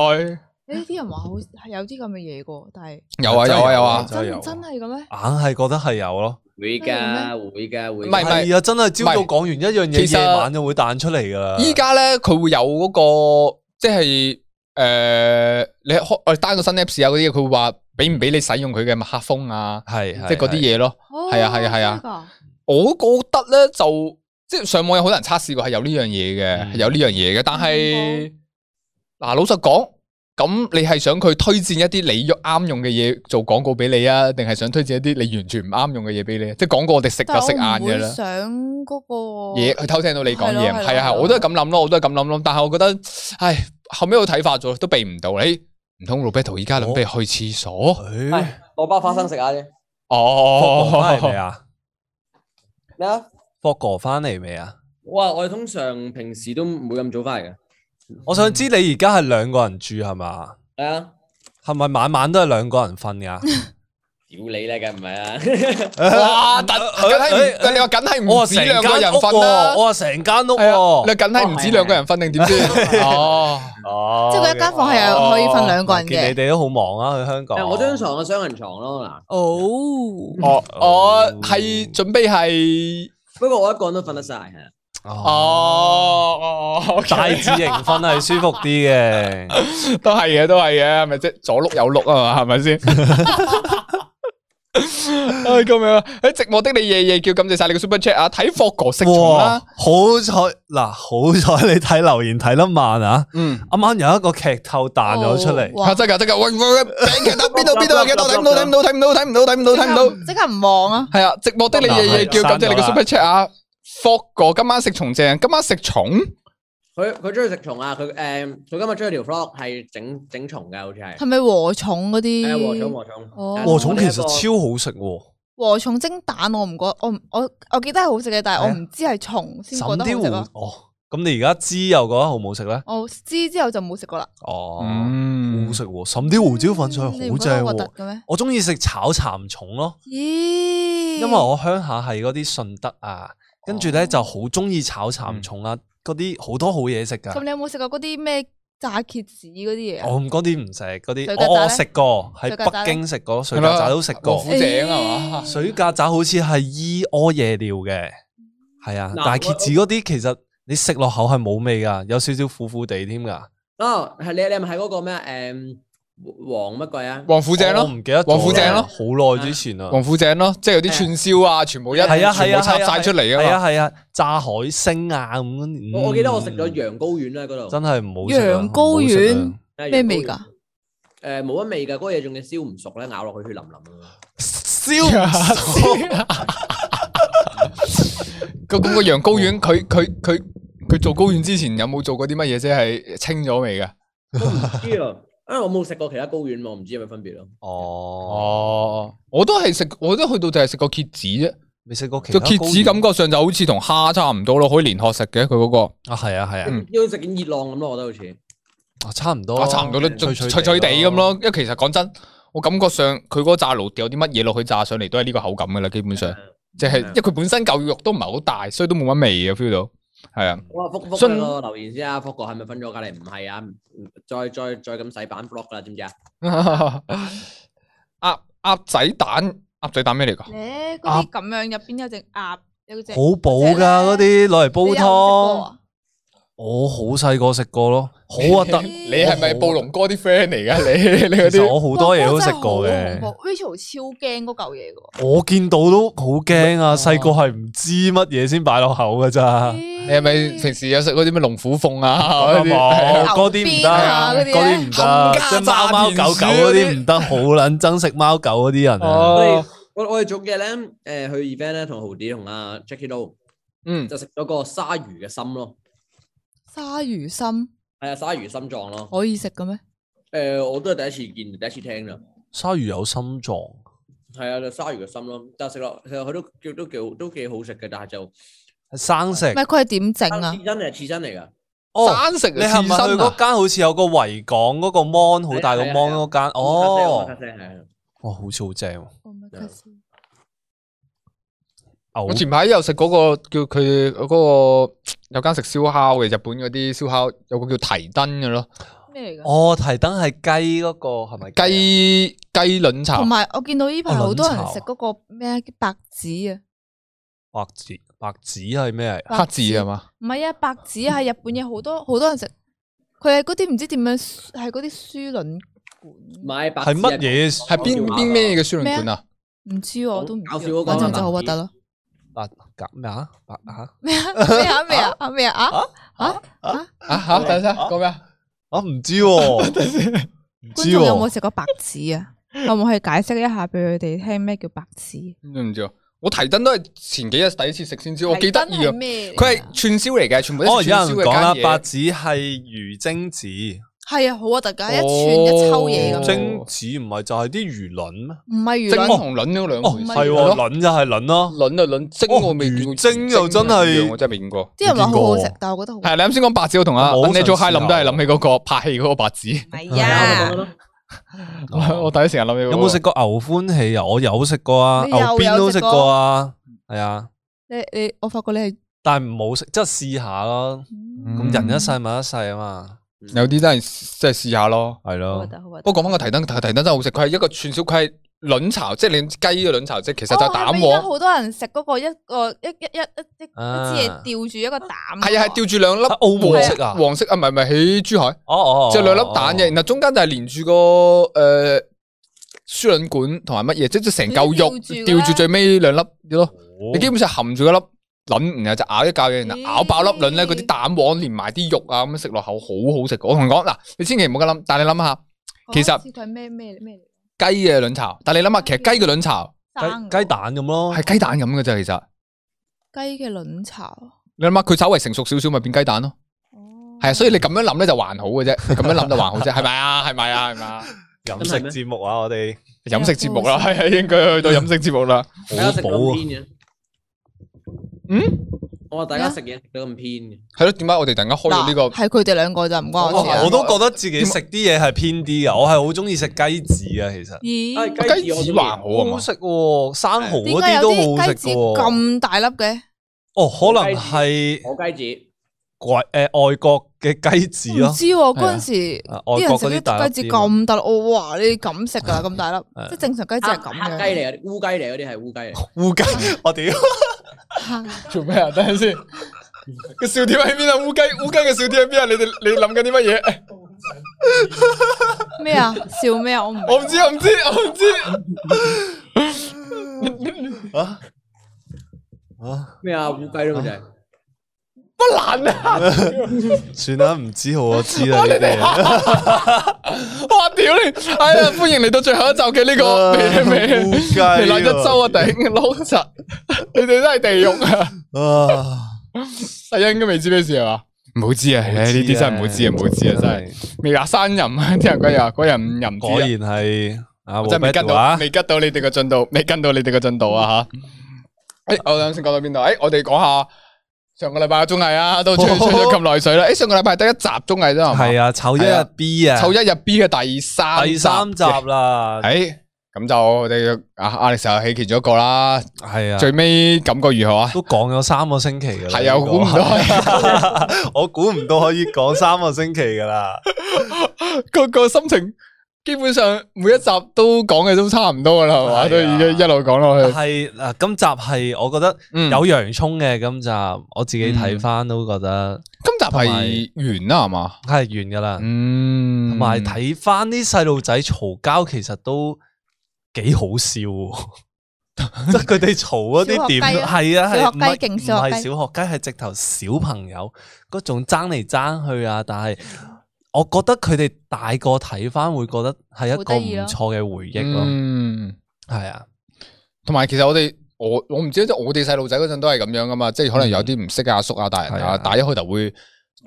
呢啲人話好係有啲咁嘅嘢噶，但係
有啊有啊有啊，
真係有
哦真真係嘅咩？
硬係覺得係有咯。
會㗎，會㗎，會
唔係
㗎。
唔係
係啊，真係朝早講完一樣
其
嘢，
實
夜晚就會彈出嚟噶啦。
依家咧佢會有嗰個即係诶，你開我哋 down 個新 apps 啊嗰啲嘢，佢會話俾唔俾你使用佢嘅麥克風啊，
係
即係嗰啲嘢咯。
哦
係啊係啊係啊
真㗎
我覺得咧就即係上網有好多人測試過係有呢樣嘢嘅，
嗯
係有呢樣嘢嘅。但係嗱，老實講，咁你係想佢推薦一啲你啱用嘅嘢做廣告俾你啊，定係想推薦一啲你完全唔啱用嘅嘢俾你啊？即係廣告我哋食就
但
食
係
眼
我唔
嘅
會
啦，
想嗰個
嘢佢偷聽到你講嘢，
係咯係咯
係啊，
係咯
我都係咁諗咯，我都係咁諗咯。但係我覺得，唉，後尾我睇法咗，都避唔到你。唔通 Roberto 依家諗俾去廁所？
誒
攞包花生食下啫。
霍哥翻嚟
哦
未， 啊？
咩啊？
霍哥翻嚟未啊？
哇！我哋通常平時都唔會咁早翻嚟嘅。
我想知你而家係兩個人住係嘛？
係啊，
係咪晚晚都係兩個人瞓噶？
屌你咧，梗唔係啊。
哇！但梗
誒
係
誒
唔，你話梗係
我
唔
話
止
哦成間
兩個人
屋
瞓啦
喎，。我話成間屋
係啊，你
喎。
梗係唔止兩個人瞓定點先？ 哦，
哦
即係佢一間房係有可以瞓兩個人嘅
見你哋都好忙啊，去香港。
誒我張床嘅雙人床咯嗱，
哦，
哦，我係準備係
不過我一個人都瞓得晒，係啊。
哦，哦
大字型瞓係舒服啲嘅。
都係嘅，都係嘅，係咪即係左碌右碌啊嘛，係咪 先？唉，咁樣喺寂寞的你夜夜叫，感謝晒你個 super chat 啊！睇霍哥食蟲
哇
啦，！
好彩嗱，好彩你睇留言睇得慢啊！
嗯，
啱啱有一個劇透彈咗出
哦
嚟，
啊真噶真噶，喂喂喂，頂 嘅得邊度邊度嘅，我睇唔到睇唔到睇唔到睇唔到睇唔到睇唔到。
即刻唔望啊！
系啊，寂寞的你夜夜叫，感謝你個
刪咗啦
super chat 啊！霍哥今晚食蟲正，今晚食蟲。
佢佢中意食蟲啊！佢誒佢今日出咗條 vlog 係整整蟲㗎，好似係。
係咪禾蟲嗰
係啊，禾蟲
啲？
禾蟲。
哦
係啊
禾蟲其實
我哋一個
超好食喎，
禾蟲蒸蛋我唔覺，我唔我我記得係好食嘅，但係我
係啊
唔知係蟲先覺
沈
得
啲
好食啊咯
糊。哦。咁你而家知又覺得好唔好食咧？
我知之後就冇食過啦。嗯
哦，
嗯
好食喎，沈啲胡椒粉上去
你
好
唔覺得
正
核突
喎。
嘅咩？
我中意食炒蠶蟲咯，
咦？
因為我鄉下係嗰啲順德啊，跟
哦
住咧就好中意炒蠶蟲啊，嗰啲好多好嘢食噶。
嗯咁你有冇食過嗰啲咩炸蝎子嗰啲嘢啊？
我唔嗰啲唔食，嗰
水
啲
曱甴
我我
呢
食過，喺
水曱甴呢
北京食過，水曱甴都食
老
過
虎。井啊嘛
咦，
水曱甴好似係醫屙夜尿嘅，係
嗯
啊，
嗱
但係
我
蝎子嗰啲其實你食落口係冇味噶，有少少苦苦地添噶。
哦，係你你係咪喺嗰個咩誒黃乜鬼啊？
王府井
我
咯，
唔記得咗
王府井咯嗯
好耐之前啦。
王府井咯，即係有啲串燒啊，全部一
係
全
啊係啊
部插晒出嚟
係
啊嘛。
啊係啊，炸海星啊咁。
我我記得我食咗
嗯
羊羔丸啦嗰度
真係唔好食啊。
羊羔
唔好食啊
丸
啊，
咩
羊
味
羔
㗎
丸？誒冇乜味㗎，嗰個嘢仲要燒唔熟咧，咬落去血淋淋啊！
燒
咁咁個
哦
羊羔丸，佢佢佢佢做羔丸之前有冇做過啲乜嘢啫？係清咗未噶？
我唔知啊，因為我冇食過其他高丸喎，我唔知有咩分別咯。
哦，
哦，我都系食，我都去到就系食個蝎子啫。
未食過其
個
他
蝎子感覺上就好似同蝦差唔多咯，可以連殼食嘅佢嗰個。
啊，係啊係啊
嗯
因為食緊熱浪咁咯，我覺得好似。
啊，差唔多，
啊，差唔多都脆
脆
脆脆地咁。咯。因為其實講真，我感覺上佢嗰個炸爐掉啲乜嘢落去炸上嚟，都係呢個口感噶啦，基本
啊
上
啊
即係，因為佢本身嚿肉都唔係好大，所以都冇乜味嘅啊 feel 到。係啊，
我話福福
信
個留言先啊，福哥係咪分咗隔離？唔係啊，唔再再再咁洗版 blog 啦，知唔知啊？
鴨鴨仔蛋，鴨仔蛋咩嚟㗎？
咧嗰啲咁樣入邊有隻鴨，有隻
好補㗎嗰啲攞嚟煲
你有食過
湯，
啊
我好細個食過咯，好 核突。
你係咪暴龍哥啲 friend 嚟㗎？你 你嗰
啊其實我
啲
好多嘢都食過
哇嗰個真係好
嘅，
恐怖，Rachel 超驚嗰嚿嘢㗎
我見到都好驚啊！細個係唔知乜嘢先擺落口㗎咋。
喎。
你係咪平時有食嗰啲咩龍虎鳳啊？嗰
咁
啲
啊冇，
係啊
嗰啲唔
牛鞭啊
得，
嗰啲
嗰啲唔
冚
得，
家
即係貓貓狗狗嗰啲唔得，好撚憎食貓狗嗰啲人啊。
我
哦
哋，我我哋早幾日咧，誒去 event 咧，同豪啲同阿 Jackie Lou
嗯，
就食咗個鯊魚嘅心咯，
鯊魚心
係啊，鯊魚心臟咯。
可以食嘅咩？
誒，我都係第一次見，第一次聽咋。
鯊魚有心臟，
係啊，就鯊魚嘅心咯，但係食落其實佢都叫都幾好，都幾好食嘅，但係就
係生
唔
食
係。佢係點整啊
刺？身嚟，刺身嚟㗎。
哦，
生食
你係咪去
刺身
嗰
啊？
間好似有個維港嗰個 mon 好大個
係啊係啊
mon 嗰間？
卡
哦，
西係啊
哇，好似好正喎。
哦
我
牛
前排有食嗰個叫佢嗰個有間食燒烤嘅日本嗰啲燒烤，有個叫提燈嘅咯，
咩嚟㗎？
哦，提燈係雞嗰個係咪啊？
雞雞卵
同
巢。
埋我見到呢排
哦
好多
卵巢
人食嗰個咩白子啊，
白紙白紙係咩啊嚟？
黑字係嘛？
唔係啊，白子係日本嘢，好多好多人食。佢係嗰啲唔知點樣，係嗰啲輸卵
唔
管，
係白
係乜
紙啊？
嘢？
係邊邊咩嘅輸卵管啊？
唔知喎我都唔知
搞
啊。
笑嗰個
反正就
係
好
白
核
子
突咯。
白白咩啊？白啊？
咩啊咩啊咩啊啊咩啊啊啊啊！
啊吓，等陣先，
啊
講咩啊？
我唔知喎，唔
觀
知
眾有冇
喎。
食過白子 啊？可唔可以解釋一下俾佢哋聽咩叫白子？
都唔知喎。我提燈都係前幾日第一次食先知，我幾得意啊！
咩
佢係串燒嚟嘅，全部
哦，
都
有
係串
人
燒
講啦，
嘅間嘢。
白紙係魚精子，精
係啊，好核突噶，一串
哦
一抽嘢
哦
咁樣，
子唔係就係啲魚卵咩？
唔係
蒸
魚卵，
同卵嗰兩
哦，
回事。
係
係
喎，
咯
卵就係卵咯。
卵啊卵蒸
哦
我未見過，
魚蒸又真係
蒸一樣我真係未見過。
啲人話好好
見
食
過，
但我覺得好
係啊你啱先講白紙，我同阿
我冇
Angel
嘗試
High 諗都係諗起嗰個拍戲嗰個白紙。
唔係
係啊
我覺得
我我第一時間諗起嗰個。
有冇食過牛歡喜啊？我有食過啊，
你
牛
又
鞭都
有
食
食過
過啊，係啊，
你你我發覺你係
但係唔好食，即係試下咯。
嗯
咁人一世物一世啊嘛，
有啲真係即係試下咯。
係
好核
咯。
突，好核突。
不過講翻個提燈，提提燈真係好食。佢係一個串燒，佢係卵巢，即係你雞嘅卵巢，即係其實就係
哦係咪
蛋
而家
黃。
好多人食嗰個一個一一一一一一支
啊
嘢吊住一個蛋嗰個，
係啊，係吊住兩粒
啊澳門
黃
式啊
黃色啊，唔係唔係喺珠海。
哦哦，
就兩粒蛋嘅，
哦
然後中間就係連住個诶輸卵管同埋乜嘢，即即成嚿肉
吊住㗎啦
吊住最尾兩粒嘢咯。
哦
你基本上含住嗰粒卵，然後就咬一嚿嘢，然後
咦
咬爆粒卵咧，嗰啲蛋黃連埋啲肉啊，咁樣食落口好好食。我同你講嗱，你千祈唔好咁諗，但你諗下
我
其實
知佢係咩咩咩嚟
雞嘅卵巢，但你諗下其實雞嘅卵巢
生啊
雞雞蛋咁咯，
係雞蛋咁嘅啫，其實
雞嘅卵巢。
你諗下佢稍微成熟少少咪變雞蛋咯。
哦
係啊，所以你咁樣諗咧就還好嘅啫，你咁樣諗就還好 啫，係咪啊？係咪啊？係咪啊？
飲食節目啊，我哋
飲食節目啦，係啊，應該去到飲食節目啦。
好
大家食到咁
補啊。
偏嘅，
嗯。啊
我話大家食嘢食到咁偏嘅，
系咯，點解我哋突然間開咗呢
嗱
個？
係佢哋兩個就唔關我事
哦
啊
我。都覺得自己食啲嘢係偏啲嘅，我係好中意食雞子啊，其實
哎
咦？
雞子還好啊
好
嘛
好，食喎，生蠔
點
嗰
解
啲
有
都好好
啲
食嘅
雞子
喎。
咁大粒嘅？
哦，可能係
我雞
外诶外國嘅雞子
唔
咯，
知喎，
係啊
嗰陣時
啊
啲
外
人
國
食
嗰啲大
啲
粒
雞子
啲啊嘛
咁大粒，我哇！你咁食㗎咁大粒
係，啊
即係正常雞
子，
子
黑
係咁
黑
樣。
雞嚟嗰啲，烏雞嚟嗰啲係烏雞嚟。
烏雞，我屌，
做咩啊？等陣先，個笑點喺邊啊？烏雞，烏雞嘅笑點喺邊啊？你哋你諗緊啲乜嘢？
咩啊？笑咩啊？我唔
我唔知，我唔知，我唔知。
啊 啊，
咩啊？烏雞咯，咪就係。
不難啊！
算啦，唔知好我知啦呢啲嘢。
我啊屌你！哎呀，歡迎嚟到最後一集嘅呢個未未
烏雞喎
未來一周啊！頂撈柒，你哋都係地獄啊！
啊，
阿欣應該未知咩事係嘛？唔好知啊，唉呢啲真係唔好知啊，唔好知啊，真係
系。
未話生人啊，啲人嗰日嗰日唔人
果然
知啊
系阿
真係未
Robert
跟
嘅話
到，未跟到你哋嘅進度，未跟到你哋嘅進度啊吓。诶，我啱先講到邊度？诶，我哋講下上個禮拜嘅綜藝啊，都吹
哦
吹咗咁耐水啦。诶，上個禮拜得一集綜藝啫，係嘛
系啊，凑一
係
日
啊
B 啊，
湊一日 B 嘅第三
第三集
嘅
啦，
诶，咁就我哋啊阿力就起其中一個啦。
系啊，
最尾感覺如何啊？
都讲咗三个星期噶啦，
係啊，
呢個
估唔到，
我估唔到可以讲三个星期噶啦，
個個心情基本上每一集都講嘅都差唔多噶啦，係
係
嘛？
啊
都已經一路講落去。
系嗱，啊今集系我觉得
嗯
有洋葱嘅今集，我自己睇翻都觉得
今集係完啦，係嘛？
系完噶啦，
嗯，
同埋睇翻啲细路仔嘈交，其实都几好 笑喎，即系佢哋嘈嗰啲点，
小學雞啊
系啊系，
小學
唔
雞
係
勁
唔
小學
系
雞
小学雞，係直頭小朋友嗰種爭嚟爭去啊！但係我覺得佢哋大個睇翻會覺得係一
好
個
得意
唔
咯
錯嘅回憶咯，
嗯，
係啊，
同埋其實我哋我我唔知，即係我哋細路仔嗰陣都係咁樣噶嘛，即係可能有啲唔識嘅阿叔啊、大人
嗯係
啊，
啊
但係一開頭會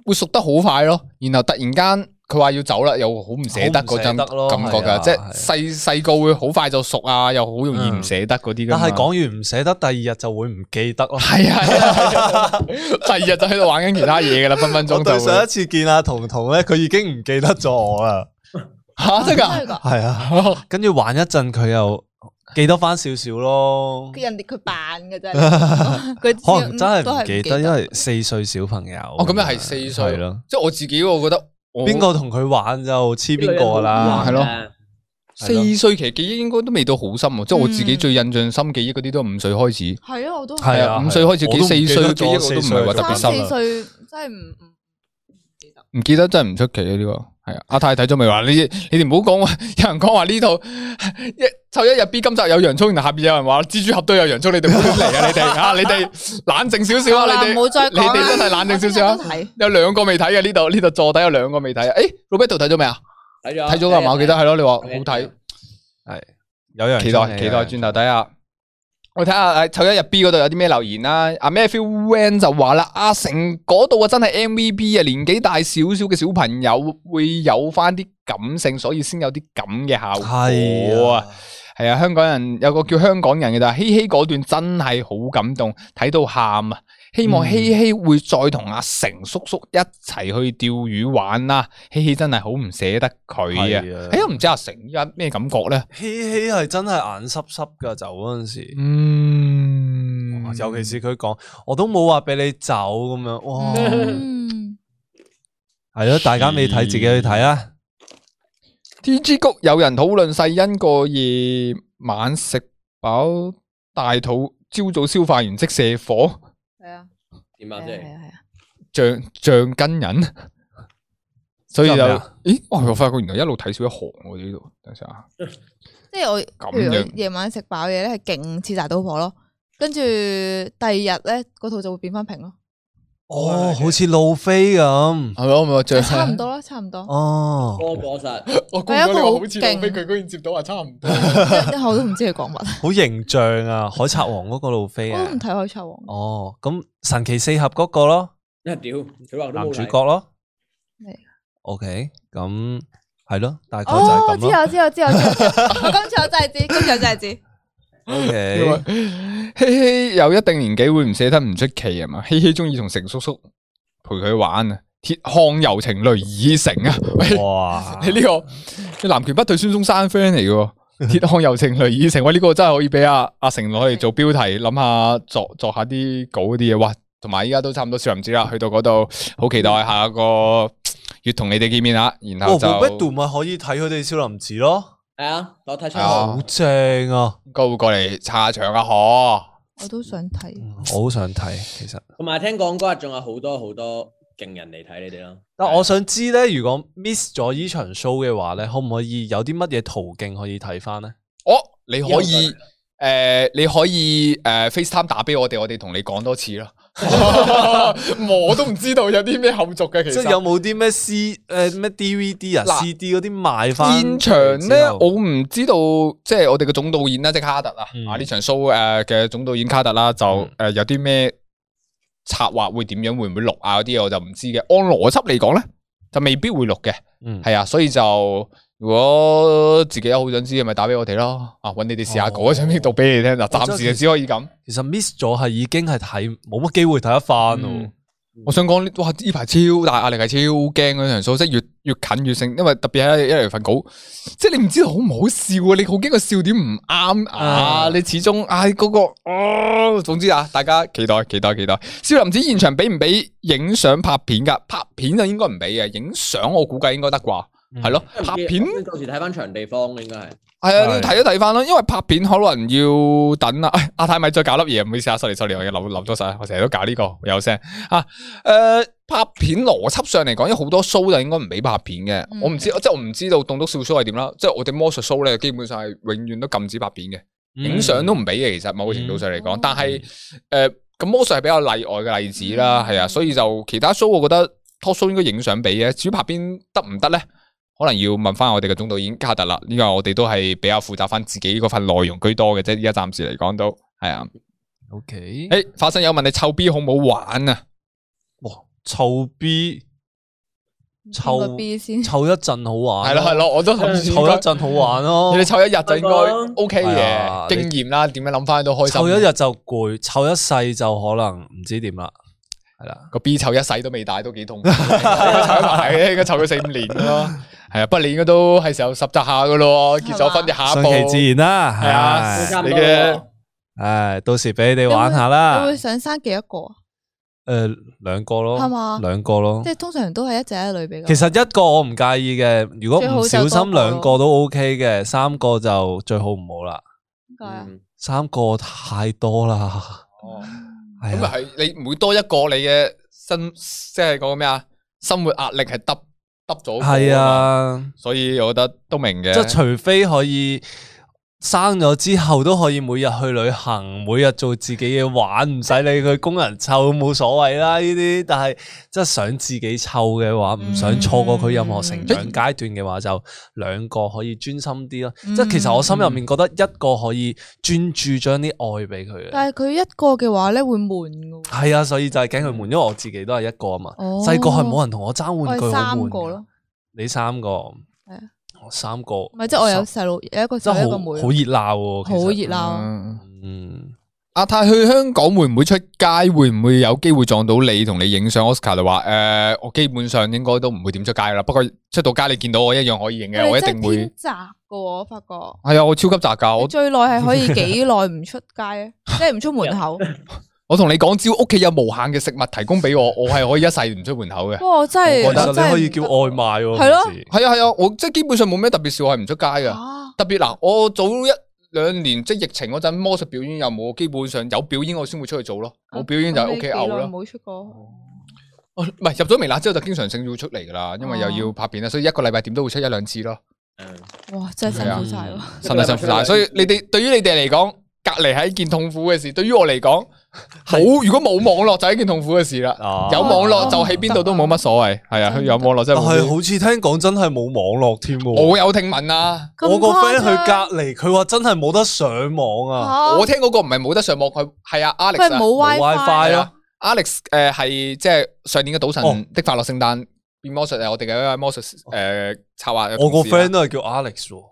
會熟得好快咯，然後突然間佢話要走啦，又好唔捨得嗰陣
好唔捨得咯
感覺
係
噶，
啊
即係
係啊嗯
細細個會好快就熟啊，又好容易唔捨得嗰啲噶
但
嘛。
係講完唔捨得，第二日就會唔記得咯。
係啊，係啊第二日就喺度玩緊其他嘢噶啦，分分
我
鐘
對
就
上一
會
次見阿彤彤咧，佢已經唔記得咗我啦，
吓真㗎，
噶，
係啊，
哦
跟住玩一陣佢又記得翻少少咯。
佢人哋佢扮 嘅啫，佢知
可能真
嗯都
係
係
唔記得，因為四歲小朋友。哦
哦咁又係四歲哦
係咯。
即係我自己我覺得我
边个同佢玩就黐边个㗎
哇
啦
係。咯
啊
四歲其實記憶應該都未到好深喎，即係我自己最印象深記憶嗰啲都係五歲開始。
系啊，我都
係
係
係
啊
啊，五歲開始
我
記
都唔
四
記
歲
得
嘅記憶我
咗
都唔
四歲
係話特別
三
深
四
啊，
歲真係唔唔記得，
唔記得真係唔出奇啊呢個。係啊，阿泰睇咗未話？你你哋唔好講話， 有人講話呢套一湊一日 B 今集有洋葱，然後下邊有人話蜘蛛俠都有洋葱，你哋唔好嚟啊！ 你哋啊，你哋冷靜少少啊！
好啦
你
唔好
哋
再
你哋真係冷靜少少啊！
睇
有兩個未睇嘅呢度，呢度坐底有兩個未睇啊！誒，Roberto 睇咗未啊？
睇咗啊
睇啊咗㗎嘛？我記得係咯，你話好睇。
有人
期待期待轉頭睇下。我睇下誒湊一日 B 嗰度有啲咩留言啦。阿 Matthew Wan 就話啦：阿成嗰度啊，真係 MVP 啊！年紀大少少嘅小朋友會有翻啲感性，所以先有啲咁嘅效
系
果啊！！係啊，香港人有個叫香港人嘅就係希希嗰段真係好感動，睇到喊啊！希望
嗯
希希會再同阿成叔叔一齊去釣魚玩啦。希希真係好唔捨得佢啊！哎呀，
啊，
唔知阿成依家咩感覺咧？
希希係真係眼濕濕㗎，走嗰阵时，
嗯
哦尤其是佢講，我都冇話俾你走咁 樣。哇，
嗯，
係咯，大家未睇自己去睇啊。
T G 谷有人討論世欣個夜晚食飽大肚，朝早消化完即射火，
係啊，
點
係
啊？
啊，
即
係
係
啊，係啊，
橡橡筋人，所以就
真係咩啊
咦，哇我發覺原來一路睇少一行喎呢度，等陣啊，
即係我
咁
譬如
樣
我夜晚食飽嘢咧，係勁似大肚婆咯，跟住第二日咧，個肚就會變翻平咯，
哦，好似路飛咁。
係咪我咪話橡
差唔 多啦，差唔多，
哦，
多過實。
我
估唔到你話好似路飛佢
居然接到話差唔 多，
一一口都唔知佢 講乜，
好形象啊！海賊王嗰個路飛
我
啊
都唔。睇海賊王，
哦，咁神奇四俠嗰個咯。
啊屌，佢話都
男
冇
主
嚟
角咯
咩。
OK，咁系咯，大概就
哦，我
係
知
咁咯。
我知我知我知，我知啊 我今次我真係知，今次我真係知。
OK，
希希有一定年紀會唔捨得唔出奇啊嘛，希希中意同成叔叔陪佢玩啊，鐵漢柔情淚已成啊，喂
哇，
你呢、個你南拳北對孫中山 friend 嚟 嘅喎，鐵漢柔情淚已成，喂呢、個真係可以俾阿阿成攞嚟做標題，諗下作作下啲稿嗰啲嘢，哇！同埋依家都差唔多少林寺啦，去到嗰度好期待下個月同你哋見面啦，然後
哇 r o
就
b 哦咪可以睇佢哋少林寺咯，
係啊，我睇出
係啊
嚟。
好正啊！
應該會過嚟撐下場啊！嗬，
我都想睇，
我好想睇，其實，
同埋聽講嗰日仲有好多好多勁人嚟睇你哋啦。
但我想知咧，如果 miss 咗呢場 show 嘅話咧，可唔可以有啲乜嘢途徑可以睇翻咧？
哦，你可以
有
诶、你可以诶、呃 FaceTime 打俾我哋，我哋同你講多 次咯。 我都唔知道有啲咩後續嘅，其
即
實
係有冇啲咩 C 诶咩 DVD 啊
嗱
CD 嗰啲賣翻？
現場咧，我唔知道，即係我哋嘅總導演啦，即係卡特啊，
嗯
啊呢場 show 誒嘅總導演卡特啦，就
嗯
誒有啲咩策劃會點樣，會唔會錄啊嗰啲我就唔知嘅。按邏輯嚟講咧，就未必會錄嘅。
嗯，
系啊，所以就如果自己好想知嘅，咪打俾我哋咯。啊，搵你哋試下稿
哦
喺上面讀俾你聽。嗱，暫時就只可以咁。
其實 miss 咗係已經係睇冇乜機會睇得翻咯。
嗯我想講，哇！呢排超大壓力，係超驚嗰場 show，即係越越近越勝，因為特別係一嚟份稿，即係你唔知道好唔好笑啊！你好驚個笑點唔啱啊！
啊
你始終唉嗰個，哦，總之啊，大家期待期待期待。少林寺現場俾唔俾影相拍片㗎？拍片就應該唔俾嘅，影相我估計應該得啩，
嗯
係咯，
因為
拍片。
到時睇翻場地方應該係。
系啊，
係
你要睇一睇翻咯，因為拍片可能要等啊。 阿泰咪再搞粒嘢，唔好意思啊，sorry sorry，我要留留咗晒，我成日都搞呢、個有聲啊。诶、拍片邏輯上嚟講，有好多 show 就應該唔俾拍片嘅。
嗯
我唔知，即系我唔知道棟篤笑 show 係點啦。即系我哋魔術 show 咧，基本上係永遠都禁止拍片嘅，
嗯
影相都唔俾嘅。其實某個程度上嚟講，
嗯
但係诶咁魔術係比較例外嘅例子啦，係啊，所以就其他 show 我覺得 talk show 應該影相俾嘅。至於拍片得唔得咧？可能要問翻我哋嘅總導演卡特啦，呢個我哋都係比較負責翻自己嗰份內容居多嘅啫。依家暫時嚟講都係啊。
O K，
诶、花生友問你臭 B 好唔好玩啊？
哎哇，臭 B，臭
抽個 B 先，
臭一陣好玩，
係咯係，咯， 我都諗住
臭一陣好玩咯。
你臭一日就應該
嗯
OK
啊係啊
嘅經驗啦，點樣諗翻都開心。
臭一日就攰，臭一世就可能唔知點啦，係啦。
個 B 臭一世都未大，都幾 痛苦。應該臭一排嘅，應該臭咗四五年 咯。係啊，不過你應該都係時候十集下噶咯，結咗婚嘅下一
順
步。
其自然啦，
係啊
唉
你嘅
唉，到時俾你哋玩下啦
你。會想生幾多個啊？
诶，兩個咯，
係嘛
兩個咯
即。係通常都係一隻一女比較。
其實一個我唔介意嘅，如果唔小
最好就多個
心
咯
兩個都 OK 嘅，三個就最好唔好啦。
點解啊？
嗯
三個太多啦，
哦
係
咁
啊
啊系，你每多一個你嘅生，即係嗰個咩啊，生活壓力係耷耷咗。
係，啊。
所以我覺得都明嘅。
啊
即系除非可以生咗之後都可以每日去旅行，每日做自己嘢玩，唔使理佢工人湊冇所謂啦呢啲。但係即係想自己湊嘅話，
嗯
唔想錯過佢任何成長階段嘅話，就兩個可以專心啲咯。
嗯
即係其實我心入面覺得一個可以專注將啲愛俾佢嘅。
但係佢一個嘅話咧會悶㗎喎。
係啊，所以就係驚佢悶，因為我自己都係一個啊嘛。
哦
細個係冇人同我爭
我
玩具，
係
好
三
悶
個
㗎
咯。，
你三個，
係啊
我三個，
唔係即係我有細佬，有一個
真
細
係
佬一
好好
個妹，
熱鬧喎，其實
好熱鬧。啊
嗯
嗯，
阿泰去香港會唔會出街？會唔會有機會撞到你同你影相？Oscar 就話：诶、我基本上應該都唔會點出街啦。不過出到街你見到我一樣可以影嘅，我
哋
一定
真係
會。
偏窄㗎喎，我發覺。
係啊，我超級宅噶，
你
我
最耐係可以 幾耐唔出街啊？即係唔出門口。
我同你講，只要屋企有無限嘅食物提供俾 我，我係可以一世唔出門口嘅。
不過我真係，
其
我覺得
實
我真係啊
你可以叫外賣喎，
係咯
平時，
係啊係啊，我即系基本上冇咩特別事，我係唔出街嘅。
啊，
特別嗱，我早一兩年即系疫情嗰陣，魔術表演又冇，基本上有表演我先會出去做咯，冇表演就喺屋企嘔
啊咁你幾耐
啦。
冇出過，
哦唔係入咗微辣之後就經常性要出嚟噶啦，因為又要拍片啦，所以一個禮拜點都會出一兩次咯。
嗯
哇！真係辛
啊
苦晒
係
喎。
辛苦辛苦晒，所以你哋對於你哋嚟講，隔離係一件痛苦嘅事；對於我嚟講，冇如果冇網絡就係一件痛苦嘅事啦。
啊
有網
嗯
絡就喺邊度都冇乜所謂，係啊，
真係
有網絡真
但
係冇
係
咩。
好似聽講真係冇網絡添喎。
我有聽聞啊，
我個 friend 去
哦咁誇張
隔離，佢話真係冇得上網啊，
嚇
我聽嗰個唔係冇得上網，佢係啊 Alex
佢係
啊
哦冇
冇 WiFi
WiFi
咯
啊。Alex 誒係即係上年嘅賭
哦
神的快樂聖誕變魔術呃係我哋嘅一位魔術誒策劃嘅
我個
同事啦
friend 都係叫 Alex 喎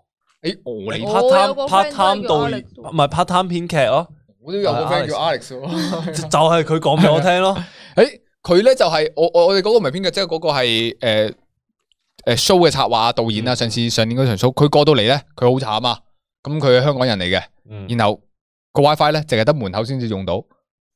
誒我你
我
，part
哦有個
time part
friend 都
time 導
係叫 Alex
演，唔係 part time 編劇咯，
我都有個
啊
friend 叫 Alex 喎。
就就係佢講俾我聽咯。
诶，佢咧就係我我我哋嗰個唔係編劇，即係嗰個係诶诶 show 嘅策劃啊導演啊。
嗯
上次上年嗰場 show，佢過到嚟咧，佢好慘啊！咁佢係香港人嚟嘅，
嗯
然後個 WiFi 咧淨係得門口先至用到。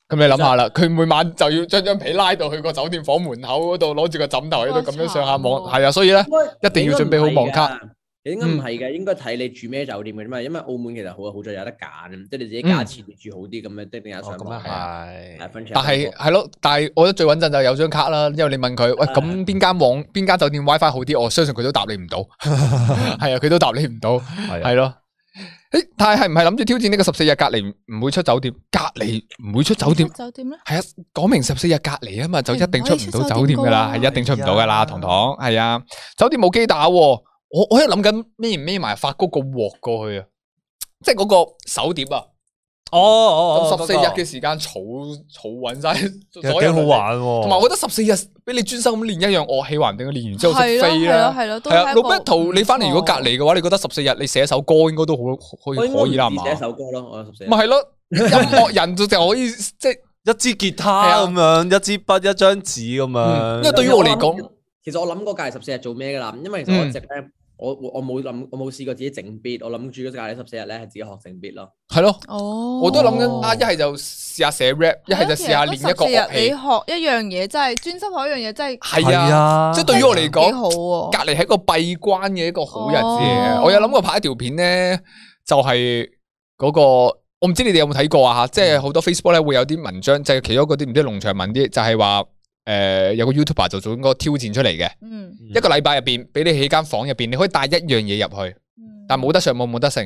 咁你諗下啦，佢每晚就要將張被拉到去個酒店房門口嗰度，攞住個枕頭喺度咁樣上下網，
哇慘喎
係啊，所以 咧
一
定要準備好網卡。嗯
應該唔係嘅，應該睇你住咩酒店嘅啫嘛。因為澳門其實好好在有得揀，即係你自
嗯
己價錢你住好啲咁樣，一定有上
哦咁
網
啊
嘅。
係，
但係係咯，但係我覺得最穩陣就有張卡啦，因為你問佢喂
係
咁邊間網邊間酒店 WiFi 好啲，我相信佢都答你唔到，係啊，佢都答你唔到。
係
系
啊
咯。诶，但系唔系谂住挑战呢个十四日隔离唔会出酒店？隔离唔会出酒店
出，酒店咧，
系啊，讲明十四日隔离啊嘛，就一定出唔到
唔可以出
酒店噶啦，
酒店
系
㗎
一定出唔到噶
係
啦，
啊
糖糖系啊，酒店冇机打喎，我我喺度谂紧孭唔孭埋发哥个镬过去啊，即系嗰个手碟啊，
哦哦，
咁十四日嘅時間儲儲穩晒
其實
所
幾
有
好
能力。
玩喎，
同埋我覺得十四日俾你專心咁練一樣樂器，話唔定佢練完之後識
係咯
飛
係
咧。
咯係咯，都
係啊
係一個啊
，Roberto，你翻嚟如果隔離嘅話，你覺得十四日你寫首歌應該都好可以
我應該
可以啦，係
唔止
嘛
寫？一首歌咯，我十四
咪。係咯，音樂人就就可以即係，
一支吉他咁樣，一支筆，一張紙咁
嗯因為
樣。
對於我嚟講，
其實我諗過隔離十四日做咩㗎啦，因為其實我
嗯
一直咧，我我我冇諗，我冇試過自己整 beat，我諗住嗰隔離十四日咧係自己學整 beat 咯。
係咯，
哦，啊
我都諗緊啊，一係就試下寫 rap，一係就試下練一個樂
14日你
器。
學一樣嘢，真係專心學一樣嘢，真係
係啊，
啊
即係對於我嚟
幾
講。
好喎。
隔離係一個閉關嘅一個好日子嚟
哦
嘅。我有諗過拍一條片咧，就係嗰個我唔知你哋有冇睇過啊吓，即
嗯
係好多 Facebook 咧會有啲文章，就係其中嗰啲唔知農場文啲，就係話诶有個 YouTuber 就做咗個挑戰出嚟嘅，
嗯，
嗯
一個禮拜入边俾你喺間房入边，你可以帶一樣嘢入去，
嗯
但冇得上網冇得剩，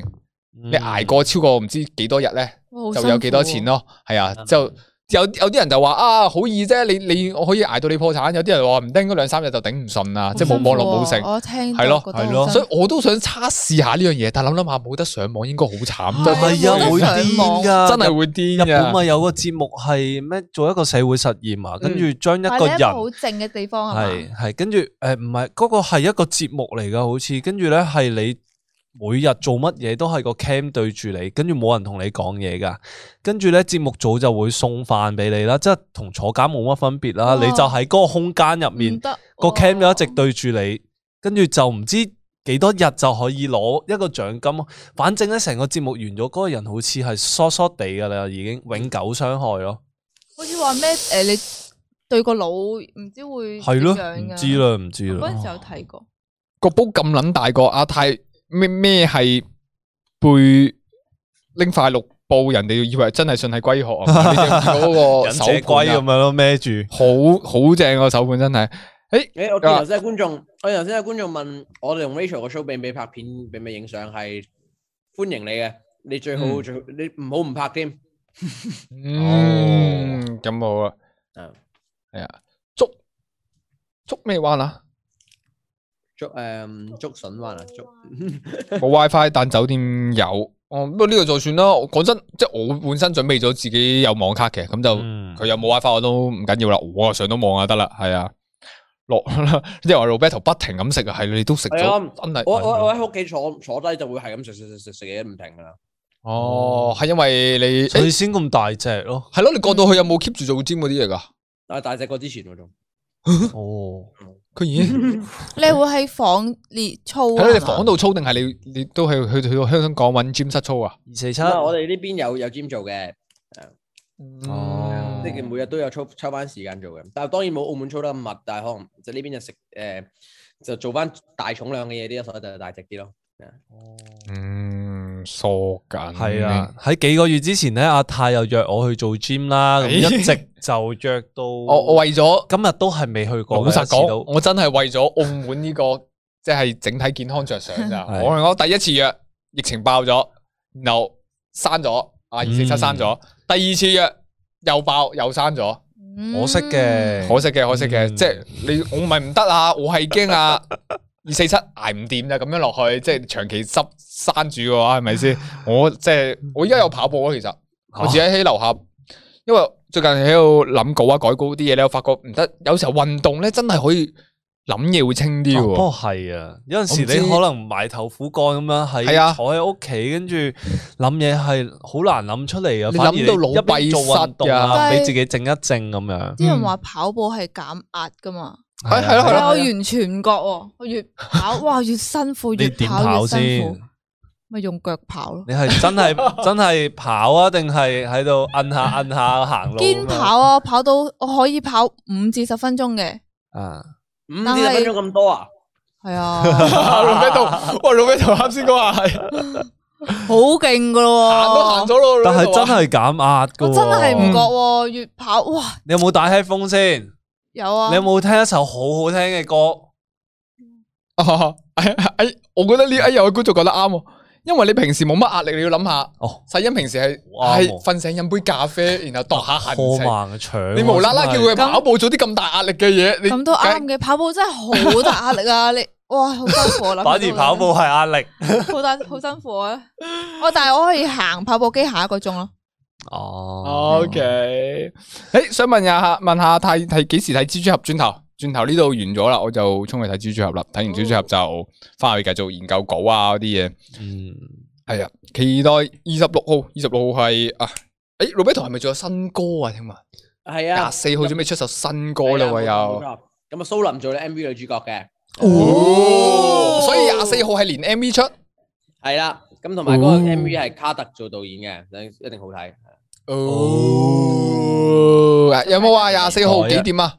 你
嗯
捱過超過唔知幾多日咧，
哇
就有幾多錢。咯，係啊，
嗯
就。有有啲人就話啊好易啫，你你我可以捱到你破產。有啲人話唔得，應該兩三日就頂唔順啦，
好
即係冇
辛苦
網絡冇
喎
剩。
我聽
係咯
係咯
所以我都想測試下呢樣嘢，但係諗諗下冇得上網應該好慘，
唔
係
係啊，
冇
會
得上
癲
網
噶，
真係
日
會癲
日本
嘅。
咪有個節目係咩？做一個社會實驗
嗯
啊，跟住將一
一
個人。
好靜嘅地方係嘛
系系，跟住诶，唔係嗰個係一個節目嚟噶，好似跟住咧係你每日做乜嘢都係個 cam 對住你，跟住冇人同你講嘢噶，跟住咧節目組就會送飯俾你啦，即係同坐監冇乜分別啦，
哇
你就喺嗰個空間入
唔
面，
得
個 cam 就一直
喎
對住你，跟住就唔知幾多日就可以攞一個獎金，反正咧成個節目完咗，嗰、個人好似係疏疏地噶啦，已經永久傷害咯，
好似話咩诶，你對個腦唔知會
係咯，
點樣
唔
㗎
知。啦，唔知
我嗰
啦
阵。时有睇過，
個煲咁撚大個，阿泰咩咩係背拎塊綠布，人哋以為真係信係龜殼啊！你哋見嗰個
忍
手
者
盤
龜咁樣咯，孭住。
啊，好好正個手盤真係。哎
誒，我見
啊
頭先有觀眾，我頭先有觀眾問我哋用 Rachel 個 show 俾唔俾拍片，俾唔俾影相，係歡迎你嘅。你最好
嗯
最好，你唔好唔拍添。
嗯，咁好啊。
哦啊，
係啊，捉捉咩彎 啊？
竹誒竹筍灣啊，竹
冇 WiFi，但酒店有。哦，不過呢個就算啦。我講真，即係我本身準備咗自己有網卡嘅，咁就。
嗯
佢有冇 WiFi 我都唔緊要啦，我啊上到網就得啦，係啊，落 即係話 Roberto 不停咁食啊，係你都食
係啊
咗，真係
我我我喺屋企坐坐低就會係咁食食食食食嘢唔停㗎啦。
哦，係因為你
所
誒
以先咁大隻咯。
係咯，你過到去有冇 keep 住做 gym 嗰啲嘢㗎？
啊，大隻過之前嗰種。
哦，
佢已 經
你係會喺房列操啊
喺你哋
係嘛
房度操定係你你都係去去到香港揾 gym 室操啊？
二四七
咁啊，我哋呢邊有有 gym 做嘅。
哦
即係每日都有抽抽翻時間做嘅，但係當然冇澳門操得咁密，但係可能就呢邊就食誒、呃就做翻大重量嘅嘢啲，所以就大隻啲咯。
嗯，疏緊
係啊，，喺幾個月之前咧，阿泰又約我去做 gym 啦，咁
哎
一 直就約到
我我為咗
今日都係未去過
老
嘅。
實
一次
講，
都
我真係為咗澳門呢、個 即係整體健康着想咋。
係
我我第一次約疫情爆咗，然後刪咗啊二四七
嗯
刪咗，第二次約又爆又刪咗，
可惜。
嗯
嘅，
可惜嘅可惜嘅，
嗯
即係你我唔係唔得啊，我係驚啊。二四七捱唔掂啊就咁樣落去，即係長期執閂住嘅話，係咪先？我即係我依家有跑步啊，其實我自己喺樓下，因為最近喺度諗稿啊、改稿啲嘢咧，我發覺唔得，有時候運動咧真係可以諗嘢會清啲
啊不
嘅 喎。
過係啊，有陣時
哦我唔知
你可能埋頭苦幹咁樣，
係啊
喺坐喺屋企，跟住諗嘢係好難諗出嚟啊。
你
反而
諗到腦
一邊做運動
閉塞
㗎
啊，俾自己靜一靜咁樣。啊
啲人話跑步係減壓噶嘛，
係係咯係
但係啊
咯
我完全唔覺喎，我越 跑哇越辛苦，
你
越
點
跑
跑
越辛苦
先，？
咪用腳跑咯，
你係真 係真係跑啊，定係喺度摁下摁下行路咁樣？
堅跑啊，跑到我可以跑五至十分鐘嘅，
啊！
五至
但
十
係
分鐘咁多啊？
係 啊，
老咩度？喂，老咩度啱先講話係行
好勁噶咯喎，
都行咗咯，
哦但係真
係
係減壓噶，
我真係唔覺喎，越跑哇
你有冇戴 headphone 先？你
有啊，
有冇聽一首好好聽嘅歌？
哎，我覺得呢哎呀，我觀眾覺得啱喎，因為你平時冇乜壓力，你要諗下。
哦，
世欣平時係
好啱
係
喎
瞓醒飲杯咖啡，然後度下行
破
程。
盲腸，
你無啦啦叫佢
咁
跑步做啲咁大壓力嘅嘢，你
咁都啱啊嘅，跑步真係好大壓力啊！你哇，好辛苦啊！諗
反而
到
跑步係壓力。
好大好辛苦啊！我但係我可以行跑步機下一個鐘咯，
哦
O K，诶，想问下，问下睇睇几时睇蜘蛛侠转头？转头呢度完咗啦，我就冲去睇蜘蛛侠啦。睇完蜘蛛俠就翻去繼續研究稿啊嗰啲嘢。
嗯，
係啊，期待二十六號，二十六號係啊，诶，Roberto 係咪仲有新歌啊？聽聞
係啊，
廿四號準備出首新歌啦
係
喎
啊冇錯冇
又。
錯咁啊，蘇林做咗 M V 女主角嘅，
哦，所以廿四號係連 M V 出。
係啦。咁同埋嗰
哦
個 M V 係卡特做導演嘅，一定好睇。
哦，有冇話廿四號幾點啊？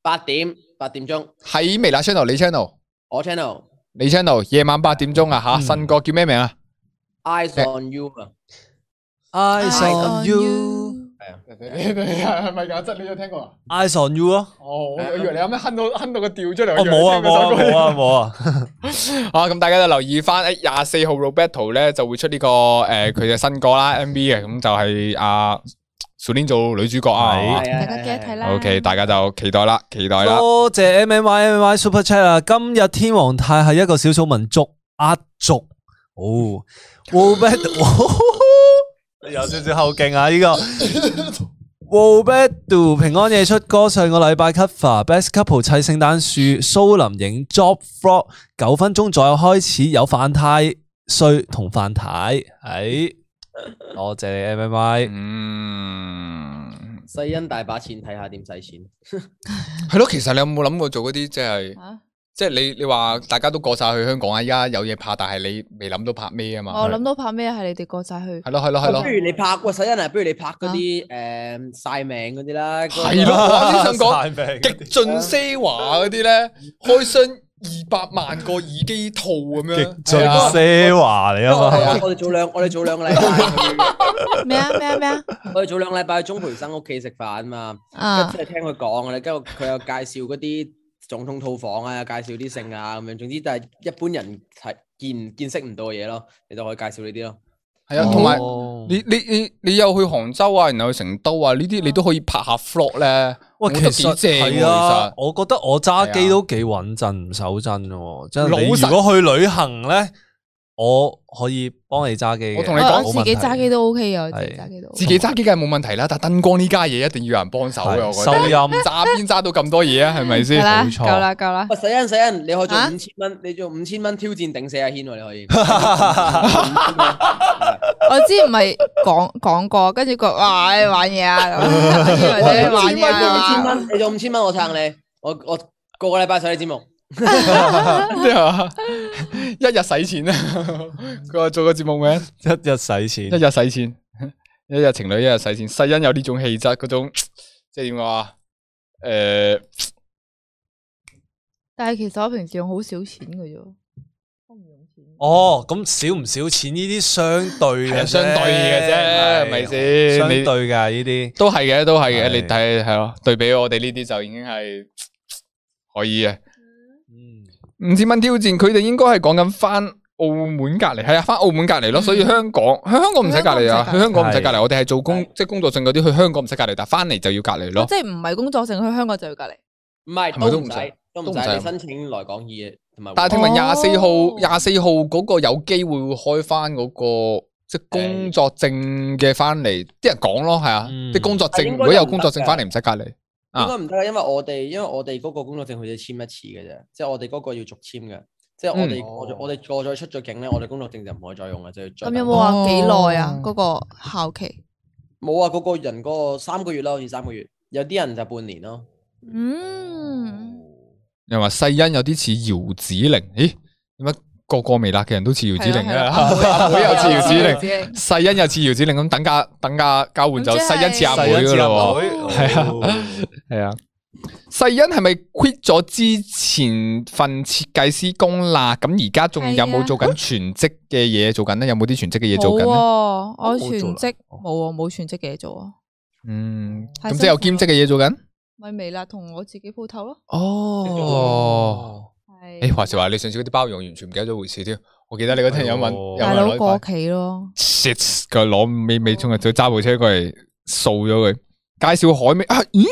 八點八點鐘，
喺微辣 channel，你 channel，
我 channel
你 channel，夜晚八點鐘啊吓，新歌叫咩名啊？
Eyes on You 啊，
Eyes on you，Eyes
係 咪噶？質你有聽過啊？
on you 咯。
哦，我以為你有咩哼到哼到個調出嚟。
我冇啊，冇啊，冇啊，冇 啊。
啊，咁大家就留意翻，诶，廿四號 Roberto 咧就會出呢個诶佢嘅新歌啦，MV 嘅，咁就係阿 Sulin 做女主角啊。
係啊
大家記得睇啦。
OK，大家就期待啦，期待啦。
多謝 M M Y M M Y Super Chat 啊！今日天皇太係一個少數民族壓族哦 w o b e t 有少少後勁啊！呢、個 w o b e t 平安夜出歌，上個禮拜 cover Best Couple 砌聖誕樹，蘇林影 Job Frog 九分鐘左右開始有反太衰同反太，係多謝你 M M Y。
嗯，
世恩大把錢，睇下點使錢。
係咯，其實你有冇諗過做嗰啲即係？
嚇
即係你你话大家都過晒去香港啊，依家有嘢拍，但係你未諗到拍咩啊嘛？
我諗到拍咩係你哋過晒去
係咯係咯係咯
不，如你拍喎，世恩啊，不如你拍嗰啲誒晒命嗰啲啦。
係咯我先想 講
晒命
極盡奢華嗰啲咧，開箱二百萬個耳機套咁
極
樣，
盡
係啊
奢華你啊
我
嘛，
哋我哋早兩我哋早兩個禮拜 去，
咩啊咩啊咩啊
我哋早兩個禮拜去鍾培生屋企食飯嘛，跟
啊
住係聽佢講嘅咧，跟住佢又介紹嗰啲總統套房啊，介紹啲性啊咁樣，總之就係一般人睇見見識唔到嘅嘢咯，你就可以介紹呢啲咯。
係啊，同埋
哦
你你你你又去杭州啊，然後去成都啊，呢啲你都可以拍下 vlog 咧，
喂，
我
其
覺得
實
幾正喎其
係啊
實，
我覺得我揸
係啊
機都幾穩陣，唔手震喎。即係你
老實
如果去旅行咧，我可以幫你揸機嘅
我同你
我
講
我自己揸機
都
都 OK 嘅，我自己
係
揸機都 OK
自己揸機梗係冇問題啦，但燈光呢家嘢一定要有人幫手啊嘅，我覺
收
得。
音
揸邊揸到咁多嘢啊，係咪
夠
先？
啦
冇錯
夠啦夠啦
喂，，世恩世恩，你可以做
啊
五千蚊，你做五千蚊挑戰頂死阿軒喎，你 可以。 係
我之前咪講講過，跟住佢話你玩嘢啊， 咁我以為你玩
你做
嘢
五千
啊，
蚊，你做五千蚊，我撐你，我我個個禮拜上你節目。
咩啊？ 一日使錢啊！ 佢話做個節目名。
一日使錢
一，日使錢， 一日情侶一日使錢。世恩有呢種氣質，嗰種即係點講啊？呃诶、
但係其實我平時用好少錢嘅啫，我唔用錢。
哦，咁少唔少錢呢啲相對
係啊
嘅，啊
相對嘅啫，係咪？先？
相
你
對㗎呢啲，
都係嘅，都係嘅。
係
你睇係咯，對比我哋呢啲就已經係可以嘅。
嗯
五千蚊挑戰，佢哋應該係講緊翻澳門隔離，係啊，翻澳門隔離咯。所以香港，香港唔使隔離啊，去
去
香港
香
港
唔
唔
使
使
隔
隔離
離。我哋係做工，即係工作性嗰啲，去香港唔使隔離，但係翻嚟就要隔離咯。
哦即係唔係工作性去香港就要隔離。
唔
係咪
係
都
都
唔
唔
使
使，都
都
唔
唔使
使。
啊
你申請來港易同埋回港，
但係聽聞
哦
廿四號廿四號嗰個有機會會開翻嗰、個即係工作證嘅翻嚟，啲人講咯，係啊，
嗯
啲工作
但
證
應該
如果有
就唔
工作
得
證
㗎
翻嚟唔使隔離。啊
應該唔得啦，因為我哋因為我哋嗰個工作證好似簽一次嘅啫，即係我哋嗰個要續簽嘅，即係我
嗯
哋過咗我哋過咗出咗境咧，我哋工作證就唔可以再用啦，就要再
咁
等
有冇話幾耐啊
哦？
嗰個效期？
冇啊？嗰個人嗰個三個月啦，好似三個月，有啲人就半年咯。
嗯，
又話世恩有啲似姚子玲，咦？點解個個微辣嘅人都似姚子玲嘅？
係啦
阿妹又似姚子 玲，
玲。
世恩又似姚子玲，咁等價等價交換就
咁即
世
係
恩似阿
細
妹
一
噶
至
啦
阿
喎，
妹
係啊
哦
係啊。世恩係咪 quit 咗之前份設計師工啦？咁而家仲有
係
冇
啊
做緊全職嘅嘢做緊呢？有冇啲全職嘅嘢做緊呢？
冇啊！我
冇做
全
啦
職
哦
冇啊，冇全職嘅嘢做啊，
嗯，
太
咁
辛啊
即係有
苦
兼
啦
職嘅嘢做緊。
咪微辣同我自己鋪頭咯。
哦，
係
誒，話時話你上次嗰啲包容完全唔記得咗回事添。我記得你嗰聽有問，
係喎
有
大
問
佬
攞
過
返
屋企咯，
shit，佢攞尾尾衝入去，揸部車過嚟掃咗佢。介紹海味啊？咦，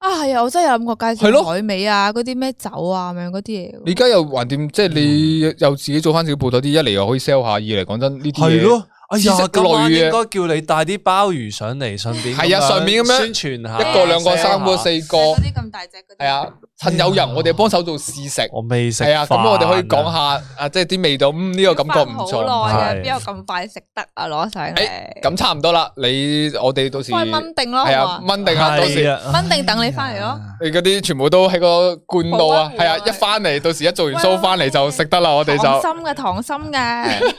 啊係啊，我真係有諗過介
係咯
紹海味啊，嗰啲咩酒啊咁樣嗰啲嘢。
你而家又橫掂，即係你又自己做翻自己鋪頭啲，一嚟又可以 sell 下，二嚟講真呢啲嘢
係，咯，哎
知
呀，
識
今晚
類嘅
應該叫你帶啲鮑魚上嚟，順便
係啊
咁樣
順便咁樣
宣傳下，啊
一個、兩個、
share 下
三個、四個，
嗰啲咁大隻嗰啲。
係啊，趁有人我哋幫手做試食，
我未食飯，
係啊，咁我哋可以講下啊，即係啲味道，嗯，呢個感覺唔錯。啊
好啊耐
係
嘅，邊有咁快食得啊？攞上嚟，
咁差唔多啦，你我哋到時
喂，
係
炆定咯，好
啊，
嘛？
掹定啊，到時
係啊
炆定等你翻嚟咯。
你嗰啲全部都喺個罐度啊，
好啊
係啊，
好啊
一翻嚟到時一做完
喂
show 翻嚟就食得啦，我哋就
溏啊心嘅，溏心嘅，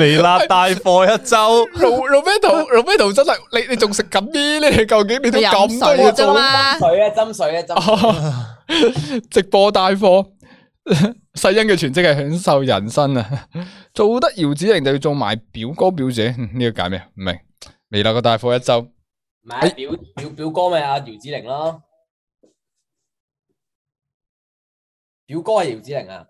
微辣大貨一周。
Ro- Roberto Roberto 真係你你仲食緊啲咧？你究竟 你都咁多嘢
佢
做
飲水啫嘛。
水啊，斟水啊，斟水。
啊 直播帶貨，世欣嘅全職係享受人生啊！做得姚子玲就要做埋表哥表姐，嗯呢、個解咩？唔明。未來個帶貨一周，
唔
哎
係表表表哥咪阿姚子玲咯，表哥係姚子玲啊，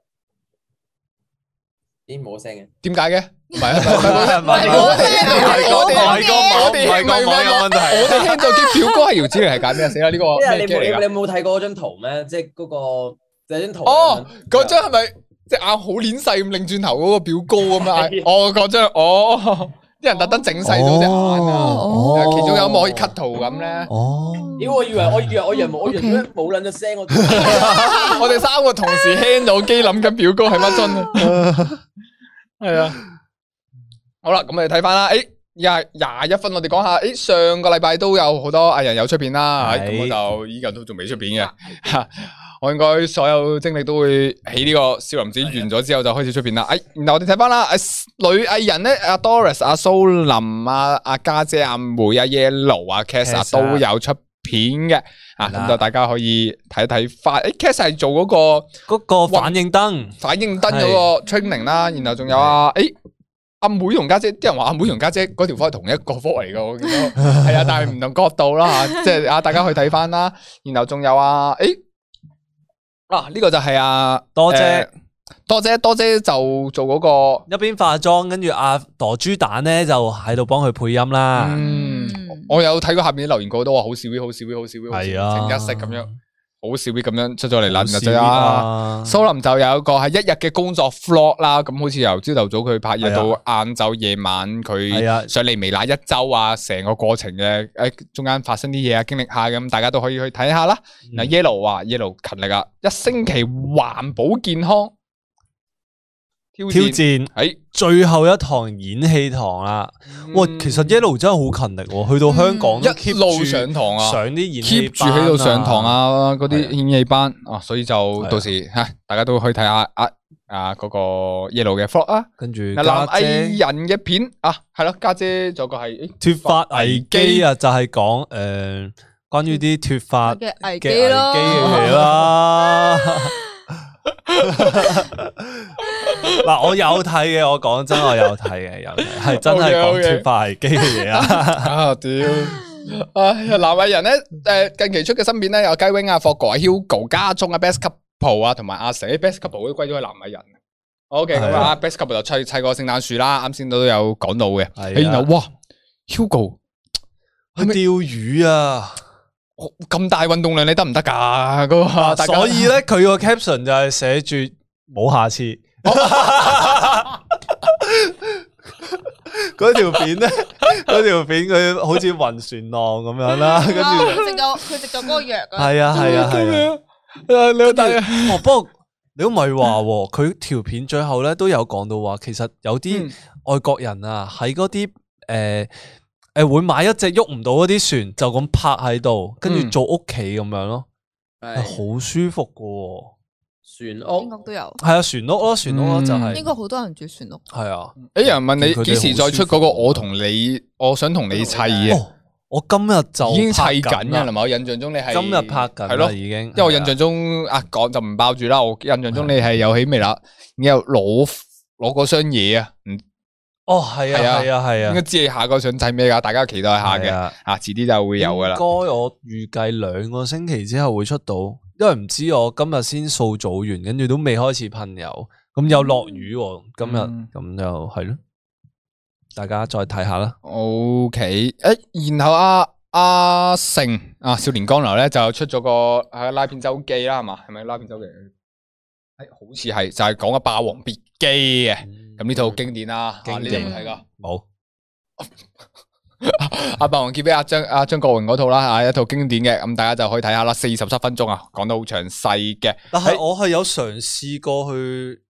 咦冇聲嘅，
點解嘅？唔係啊，
唔係
我哋我哋
唔係個網
我哋
唔係個網有問題
我哋聽到啲表哥係姚子玲係解咩啊？死啦！呢個
因為
咩
你
機嚟
冇
㗎？
你冇睇過嗰張圖咩？即係嗰個有張圖
哦，嗰張係咪隻眼好撚細咁擰轉頭嗰個表哥咁啊？哦，嗰張哦，啲人特登整細咗隻眼啊！
哦
其中有幕可以 cut 圖咁咧。
哦，
屌我以為我以為我以為冇
嗯
我以為點解冇撚咗聲我。
我哋三個同時 handle 機諗緊表哥係乜真啊？ 系啊，好啦，咁我哋睇翻啦。诶，廿廿一分，我哋講下。诶，上個禮拜都有好多藝人有出片啦，
係
咁我就依家都仲未出片嘅。 嚇我應該所有精力都會喺呢個少林寺完咗之後就開始出片啦。诶，然後我哋睇翻啦，誒女藝人咧，阿 Doris、阿蘇林、啊、阿家姐、阿梅、阿 Yellow、阿 Cass 啊
Cass 啊
都有出片嘅。啊，
係啦
咁就大家可以睇一睇翻。诶，Cass 係做嗰個
嗰個反應燈
反應燈嗰個 training 啦，然後仲有啊，诶，阿妹同家姐，啲人話阿妹同家姐嗰條科係同一個科嚟噶，我見 到係啊，但係唔同角度啦吓，即係啊，大家去睇翻啦。然後仲有啊，诶，啊呢個就係啊，
多姐
呃多姐，多姐就做嗰個
一邊化妝，跟住阿墮豬蛋咧就喺度幫佢配音啦。
嗯，我有睇過下面啲留言稿都話好少 V，好少 V，好少 V，好
係
少 V，
啊，
整一色咁樣，好少 V 咁樣出咗嚟啦，
好
就
少
係啊。
啊
蘇林就有一個係一日嘅工作 vlog 啦，咁好似由朝頭早佢拍嘢
係
到
啊
晏晝夜晚
係啊
佢上嚟微辣一周啊，成個過程嘅诶中間發生啲嘢啊，經歷下咁，大家都可以去睇下啦。嗱
嗯
Yellow 話 Yellow 勤力啊，一星期環保健康挑
挑
戰，哎
戰
诶，
最後一堂演戲堂啦。
嗯
哇，其實 Yellow 真係好勤力喎，去到香
嗯
港都
一
keep
路
住
上堂啊。
上啲演
keep
戲
住喺度上堂
班！
啊，嗰
係
啲
啊
演戲班啊，所以就
係啊
到時吓，大家都可以睇下啊啊嗰個 Yellow 嘅 vlog 啊。
跟住
嗱，哎
家
男藝
姐
人嘅片啊，係咯，家姐仲有個係，
脱髮危機
哎
啊，就係講诶關於啲脱髮
嗯嘅
嘅
危機
危機
咯，
嘅嘢 啦。嗱，我有睇嘅，我講真，我有睇嘅，有睇，係真係講
OK，OK
脱髮危機嘅嘢啊。
啊屌！唉，男藝人咧，诶，近期出嘅新片咧，有雞 wing 啊、霍哥啊、Hugo、家中啊、Best Couple à, 啊，同埋阿成 Best Couple 都歸咗去男藝人。OK，咁
係
啊，Best Couple 就砌砌個聖誕樹啦，啱先都有講到嘅。
係啊
然後哇，Hugo
去釣魚啊！
咁大運動量，你得唔得㗎？嗰個大家
啊所以 咧，佢個 caption 就係寫住冇下次。 嗰條片咧，嗰條片佢好似暈船浪咁 樣啦，跟
啊
住
佢食咗佢食咗嗰個藥啊，
係啊係啊
咁
係啊。
樣，誒你有大
哦，不過你都唔係話喎，佢條片最後咧都有講到話，其實有啲
嗯
外國人啊喺嗰啲诶诶會買一隻喐唔到嗰啲船，就咁泊喺度，跟住
嗯
做屋企咁樣咯，
哎
係
係
好舒服噶。
船
英國
屋
都有，
係啊，船屋咯，船屋咯，
嗯
就
英
係
國好多人住船屋，
係啊。
诶，有人問
見佢
你
哋
幾時再出嗰個
好舒服
我同你，我想同你砌嘅。
哦，我今日就
已經砌
緊
緊嘅
啦
啦嘛？我印象中你係
今日拍緊
係
啦，
咯，
已經。因
因為我印象中啊講就唔爆住啦。我印象中你係有起微啦，然後攞攞嗰箱嘢啊，唔應
哦，係
係啊
啊，係啊，係啊，
該知你下個想砌咩噶，大家期待下嘅
係啊
啊，遲啲就會有噶啦
應該。我預計兩個星期之後會出到，因為唔知我今日先掃組完，跟住都未開始噴油，咁又落雨喎，今日
嗯
咁就係咯，大家再睇下啦。
O K，誒，然後阿阿成啊啊，少年江流咧就出咗個係拉片周記啦，係嘛？係咪拉片周記？诶，好似係就係講嘅《霸王別姬》嘅，嗯咁呢套經典啦，
經
啊你
典
哋有冇睇過？
冇
阿霸王劫俾阿張阿张國榮嗰套啦，啊一套經典嘅，咁大家就可以睇下啦，四十七分鐘啊，講得好詳細嘅。
但系我係有嘗試過去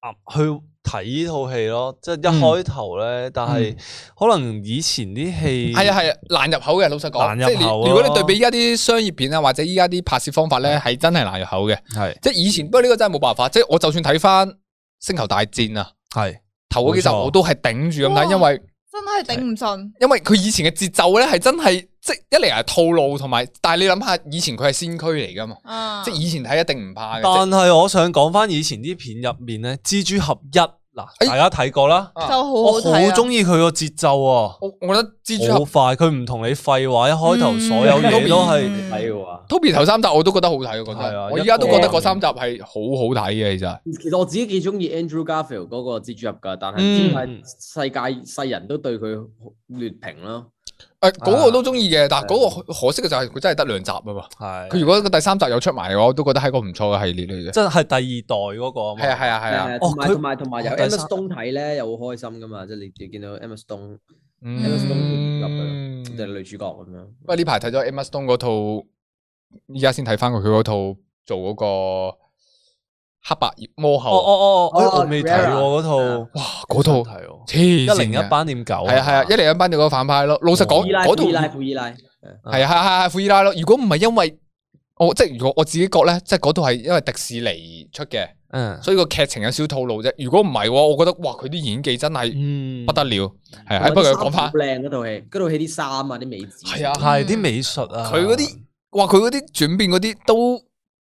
啊去睇呢套戲咯，即係一開頭咧，但係可能以前啲戲
係啊係啊，難入口嘅，老實講，
難入
即係你
口啊嗯
如果你對比依家啲商業片啊，或者依家啲拍攝方法咧，係真係難入口嘅。
係
即係以前，不過呢個真係冇辦法，即係我就算睇翻《星球大戰》啊，
係
頭嗰幾集
冇錯
我都係頂住咁
哇
睇，因為。
真系顶唔顺。
因為佢以前嘅節奏咧係真係即係一嚟係套路，同埋但係你諗下以前佢係先驅嚟噶嘛，
啊，
即係以前睇一定唔怕嘅。即係
但係我想講翻以前啲片入面咧，蜘蛛俠一
哎
嗱，大家睇過啦，
啊
就好
我
好睇
好
啊。
中意佢個節奏啊，
我我覺得蜘蛛
好
俠嗯
快，佢唔同你廢話，一開頭所有嘢都係。
嗯
睇嘅話。
Toby 頭三集我都覺得好睇，我覺
係
得
啊
我而家都覺得嗰
一個
三集係好好睇嘅，其實
其實我自己幾中意 Andrew Garfield 嗰個蜘蛛俠㗎，但係唔
嗯
知點解世界世人都對佢劣評咯。
誒嗰個我都中意嘅，但係
係
嗰個可惜嘅就係佢真係得兩集啊嘛。
係
佢如果第三集有出埋嘅話，我都覺得係一個唔錯嘅系列嚟嘅。
真係第二代嗰個啊嘛
係啊係啊係啊，
誒
哦
同埋
佢
同埋同埋有
哦第
Emma
三
Stone 睇咧，又好開心㗎嘛，即係你你見到 Emma Stone
嗯
即
啊
係女主角咁樣。
不過呢排睇咗 Emma Stone 嗰套，依家先睇翻佢佢嗰套做嗰個黑白魔
哦
后。
哦哦哦，
哦
我未睇喎
Guerrera
嗰套，
哇！啊嗰套
睇喎，
黐一
一零一班點九，
系啊係啊，一零一班就嗰個反派咯。老實講，
伊拉
嗰
伊拉
套
庫伊拉，
係啊係係係富伊拉咯。如果唔係因為我即係如果我自己覺咧，即係嗰套係因為迪士尼出嘅，
嗯
所以個劇情有少少套路啫。如果唔係嘅話，我覺得哇，佢啲演技真係
嗯
不得了。係啊，不過講翻
好靚嗰套戲，嗰套戲啲衫啊啲美姿
係啊，
係啲美術啊，
佢嗰啲哇，佢嗰啲轉變嗰啲都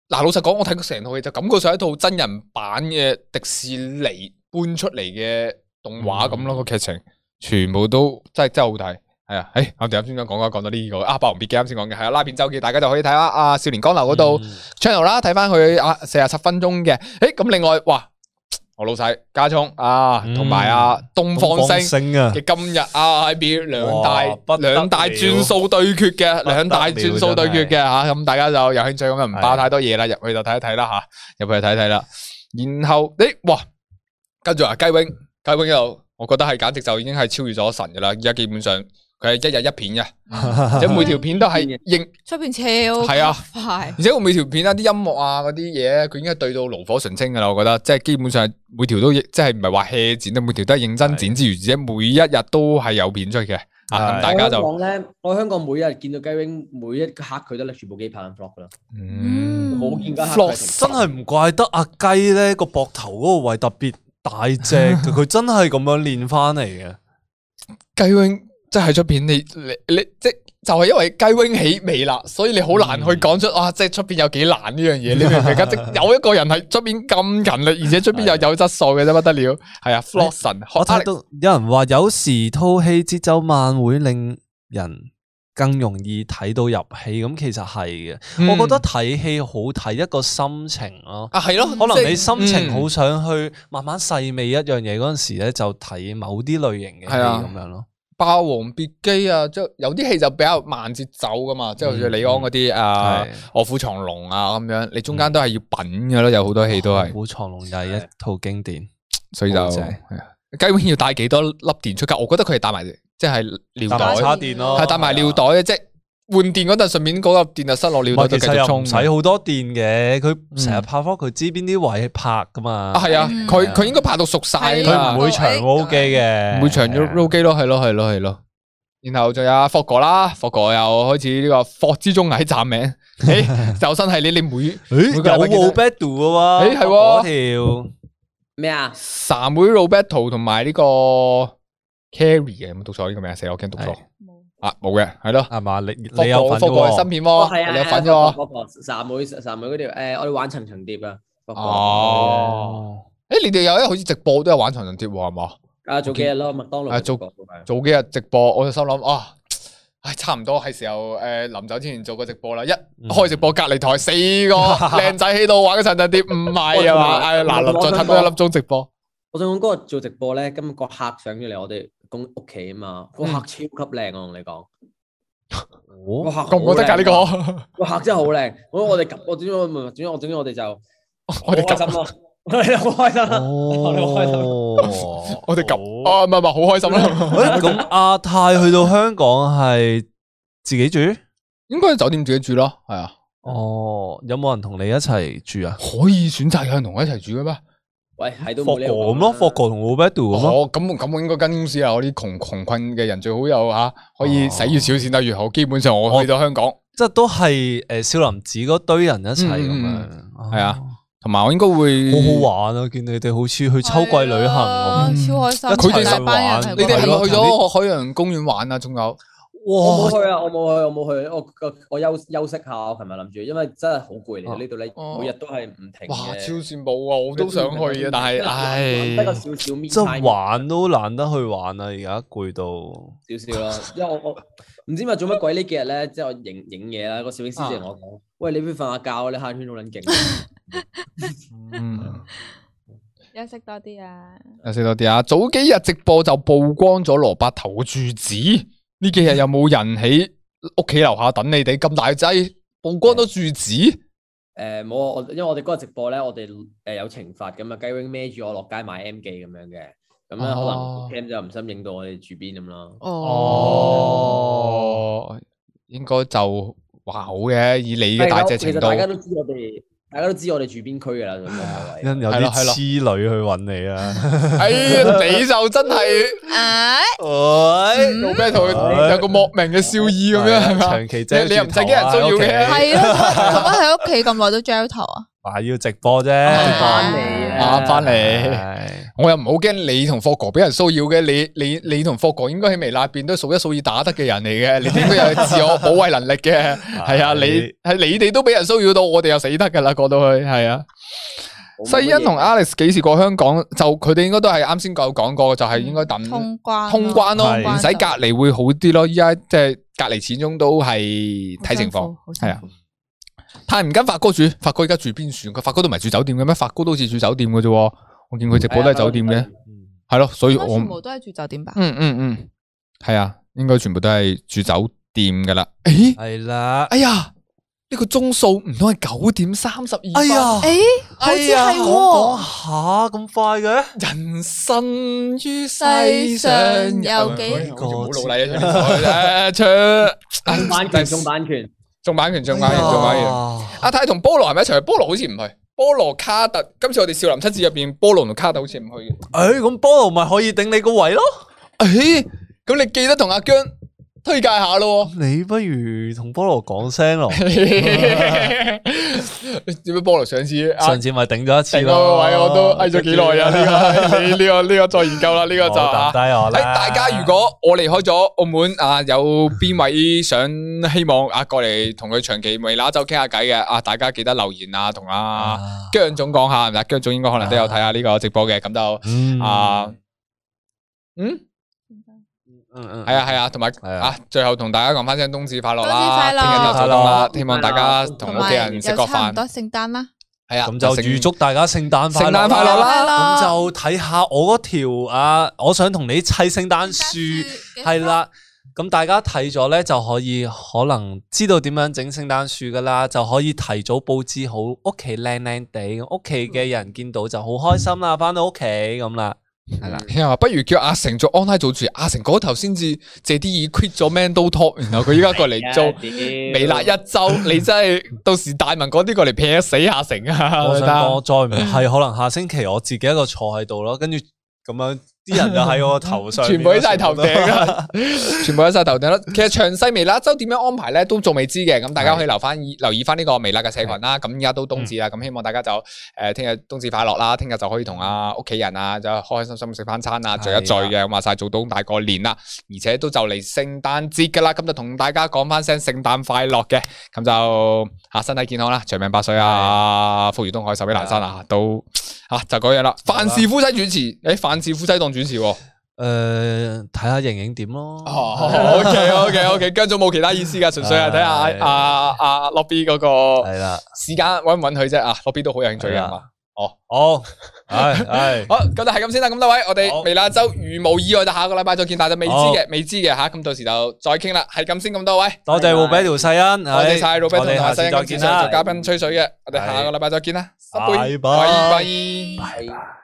嗱，老實講，我睇過成套戲就感覺上一套真人版嘅迪士尼搬出嚟嘅動
嗯
畫咁咯，個劇情全部都真係真係好睇。係啊，诶，我哋啱先講講講到呢個啊，《霸王別姬》啱先講嘅，係啊，拉片周記大家就可以睇下啊，少年江流嗰度。channel 啦，睇翻佢啊四十七分鐘嘅。诶，咁另外，哇，我老細家聰啊，
嗯
同埋啊東方星
星啊，
嘅今日啊喺表兩大
哇不得了
兩大轉數對決嘅，
不得了
兩大轉數對決嘅吓，咁大家就有興趣咁就唔爆太多嘢啦，入去就睇一睇啦吓，入去就睇一睇啦。然後诶，哇，跟住啊雞 wing，雞 wing 又我覺得係簡直就已經係超越咗神噶啦，而家基本上。佢係一日一片 嘅，
嗯
而且每條片都係認
出边超系
係啊
快，
而且我每條片啊，啲音樂啊嗰啲嘢，佢已經係對到爐火純青噶啦，我覺得，即係基本上係每條都即係唔係話 hea 剪啦，每條都係認真剪之餘，而且每一日都係有片出嘅，啊咁
係
大家就
我香港咧，我香港每日見到雞 wing，每一刻佢都拎住部機拍緊 vlog 噶啦，
嗯
冇見過
Vlog
黑佢
真係唔怪得阿雞咧個膊頭嗰個位特別大 隻，佢真係咁樣練翻嚟嘅。
雞 wing 即係出片，你你你即就係因為雞 wing 起味啦，所以你好難去講出哇，即係出片有幾難呢樣嘢，你明唔明啊？即係有一個人係出片咁勤力，而且出片又有質素嘅啫，不得了，係啊 f l o s o n
我睇到有人話有時套戲節奏慢會令人更容易睇到入戲，咁其實係嘅。
嗯
我覺得睇戲好睇一個心情咯。
啊係咯，
可能你
即係
心情
嗯
好想去慢慢細味一樣嘢嗰陣時咧，就睇某啲類型嘅戲
係啊
咁樣咯。
霸王別姬啊，即係有啲戲就比較慢節奏噶嘛，即係好似李安嗰啲啊
嗯係
《卧虎藏龍》啊咁樣，你中間都係要品噶咯，有好多戲都係，
虎哦藏龍》又係一套經典，
所以就
嗯好正
係啊雞 wing 要帶幾多粒電出街？我覺得佢係帶埋即係尿
帶
袋
埋，
叉
叉電咯，
係帶埋尿袋嘅，即係換電嗰陣順便嗰粒電啊就塞落尿
唔係。
袋度
其
繼
實
續
又
充
唔。使好多電嘅，
嗯
佢成日拍科，佢知邊啲位拍噶嘛
啊，。係啊，
嗯
佢佢應該拍到熟晒
係
啦
佢唔。
啊
啊會長 O 機嘅，
唔會長咗 roll 機咯，係咯，係咯，係咯。然後仲有阿霍哥啦，霍哥又開始呢個霍之中矮站名， 诶，就真係你你每
誒
每個禮拜見
有
到
冇 battle 嘅
誒
喎？
係喎
嗰
咩啊？
三妹 Roberto 同埋呢個 Carrie 嘅，有冇讀錯呢個名啊？死我驚讀錯
係
冇
啊！冇嘅，係咯。
條係嘛？你
霍
你有
哥
份
霍哥係新
喎？
片
哦，
喎，
係啊，
你有份
係
嘅
啊
喎。
嗰個三妹三妹嗰條誒，我哋玩層層疊啊。嗰個
哦誒，你哋有一好似直播都有玩長人貼喎，係嘛？
啊，早幾日咯，麥當勞
啊
做
早早幾日直播，我就心諗啊，唉，差唔多係時候誒臨走之前做個直播啦。一
嗯
開直播，隔離台四 個靚仔喺度玩嗰陣就啲唔係啊嘛，唉，嗱，臨再睇多一粒鐘直播。
我想講嗰日做直播咧，今日個客上咗嚟我哋公屋企啊嘛，個
嗯
客超級靚啊，我同你講，個
哦
客
覺唔覺得㗎呢
個？
啊
個？
個客真係好靚，我我哋撳我點解我點解我點解我哋就
我哋及
啊
好開心咯，我哋好開心啊啦，我哋好開心啦。
哦
哦 我哋及
好
啊，唔係唔係，好開心 啦。
喂，咁阿泰去到香港係自己住？
應該喺酒店自己住咯，係啊，
哦，有冇人同你一齊住啊？
可以選擇有人同我一齊住嘅咩？
喂，係都
霍
冇
哥
呢個
咁咯，霍哥同 Roberto 咁咯。
哦，咁咁我應該跟公司啊，我啲窮窮困嘅人最好有吓，可以使越少錢得越好。基本上我去到香港，
即系都係诶少林寺嗰堆人一齊咁樣，
嗯
哦
係啊同埋我應該會
好好玩啊！見你哋好似去秋季旅行咁，
咁
超開心，
一
齊
一大班人喺嗰
你
度
哋係
係
咪
咯
去咗海洋公園玩啊？仲有
我
哇！
冇去啊，我冇去，我冇去，我我我休休息下，我琴日諗住，因為真係好攰嚟，
哦
呢度
哦
你每日都係唔停
哇，
嘅
超羨慕啊！我都想 去啊，但 係唉
得，個少少 me
即係
time
玩都懶得去玩啊！而家攰到，
少少咯，因為我我唔知咪做乜鬼呢幾日咧，即係我影影嘢啦，個攝影師
啊
就同我講：，喂，你不如瞓下覺啊，你黑圈好撚勁。
嗯，
休息多啲啊！
休息多啲啊！早幾日直播就曝光咗蘿蔔頭嘅住址，呢幾日有冇人喺屋企樓下等你哋咁大劑？曝光咗住址，
誒冇啊，我因為我哋嗰個直播咧，我哋誒有懲罰咁啊，雞 wing 孭住我落街買 M 記咁樣嘅，咁咧
哦
可能 cam 就唔心影到我哋住邊咁咯。
哦，應該就還好嘅，以你嘅大隻程
其實
度
大。家都知我哋，大家都知我哋住邊區㗎啦， 咁樣
因有
係啦
啲
係啦
痴女去揾你啊！
哎呀，你就真係
唉，
喂
做咩同佢有個莫名嘅笑意咁樣係嘛？
長期遮
你你又唔使驚人騷擾嘅
係咯，做乜喺屋企咁耐都 gel 頭啊？
話要直播啫，
翻
嚟
啊翻嚟
係
我又唔好驚你同霍哥俾人騷擾嘅，你你你同霍哥應該喺微辣入邊都數一數二打得嘅人嚟嘅，你哋應該有自我保衛能力嘅，係啊，你係你哋都俾人騷擾到，我哋又死得噶啦，過到去係啊。西恩同 Alex 幾時過香港？就佢哋應該都係啱先有講過，就係應該等
通關咯，
通關咯，
係
唔使隔離會好啲咯。依家即係隔離始終都係睇情況。係啊
啊。
太唔跟發哥住，發哥而家住邊處？佢發哥都唔係住酒店嘅咩？發哥都好似住酒店嘅啫喎，我見佢直播都係酒店
嗯
嘅，係咯，所以
啊應該
我
全部都係住酒店吧？
嗯嗯嗯，系啊，应该全部都系住酒店噶啦。诶，
係啦。
哎呀，呢个钟数唔通系九点三十二？
哎呀，
诶，好似係
講
喎，
下咁快嘅，
人生于世
世
上
上
有
有
几
幾
好老禮啊！唱呢首誒唱
版權啊中版權，
中版權，中版權，中版權。阿泰同菠蘿係咪一齊去？菠蘿好似唔去。菠蘿卡特，今次我哋少林七子入边，菠蘿同卡特好似唔去嘅。
诶，咁菠蘿咪可以頂你個位咯？
诶，咁你記得同阿姜推介下 咯喎。
你不如同菠蘿講聲咯，
点解菠萝上次 啊
上次咪頂咗一次
定嗰
咯。
個位我都嗌咗幾耐啊？呢 個你呢個呢個再研究啦，呢個就
我抌
啊。
低我
誒
啦。
大家如果我離開咗澳門啊，有邊位想希望啊過嚟同佢長期微拿走傾下偈嘅啊？大家記得留言啊，同
啊
阿姜總講下，啊嗱，姜總應該可能都有睇下呢個直播嘅，咁就
嗯
啊，嗯，
嗯嗯
係啊係啊，同埋
係啊
啊，最後同大家講翻聲冬至快樂啦，
冬至快樂
聽日就做冬啦，希望大家
同
同屋企
埋
人
又
食個
差
飯
唔，多聖誕啦，
係啊，
咁就
聖
預祝大家聖誕快
聖誕快樂啦
咁就睇下我嗰條啊，我想同你砌聖誕樹。系啦，咁大家睇咗咧就可以可能知道點樣整聖誕樹噶啦，就可以提早佈置好屋企靚靚地，屋企嘅人見到就好開心啦，翻到屋企咁啦，係啦，
係啊，不如叫阿成做 online 做住，阿成嗰頭先至借啲意 quit 咗 Man Do Talk，然後佢依家 過
哎
嚟做微
微
辣一周，你真係到時大文嗰啲過嚟劈死阿成啊！
我想
得
講再唔 係可能下星期我自己一個坐喺度咯，跟住咁樣啲人就喺 我頭上面
全
咯，
部喺晒頭
全部都
頂啊！全部喺晒頭頂啦。其實詳細微辣周點樣安排咧，都仲未知嘅。咁大家可以留翻留意翻呢個微辣嘅社群啦。咁而家都冬至啦，咁希望大家就誒聽日冬至快樂啦！聽日就可以同啊屋企人啊，就開開心心食翻餐啊，聚一聚嘅。咁話晒做冬大過年啦，而且都就嚟聖誕節噶啦，咁就同大家講翻聲聖誕快樂嘅。咁就嚇身體健康啦，長命百歲啊，福如東海，壽比南山啊，都嚇就嗰樣啦。范氏夫妻主持，誒范氏夫妻檔主持喎。
誒睇下盈盈點咯，
哦，OK OK OK，跟咗冇其他意思噶， 純粹係睇下阿
係
阿阿 Lobby 嗰個
係啦，
時間允唔允許啫啊，Lobby 都好有興趣
係
嘅
啊
係嘛，
哦，好，唉唉，
好，咁就係咁先啦。咁多位，我
好
哋微辣周如無意外就下個禮拜再見，但係就未知嘅，未知嘅吓，咁到時就再傾啦。係咁先，咁多位，
多謝 r o b e 世恩，
多謝晒
唉
Robert
我
同埋
哋下次
新
再
嘅
見
線
啦
上，嘉賓吹水嘅，我哋下個禮拜再見啦，濕杯，
拜拜
拜拜。
係啊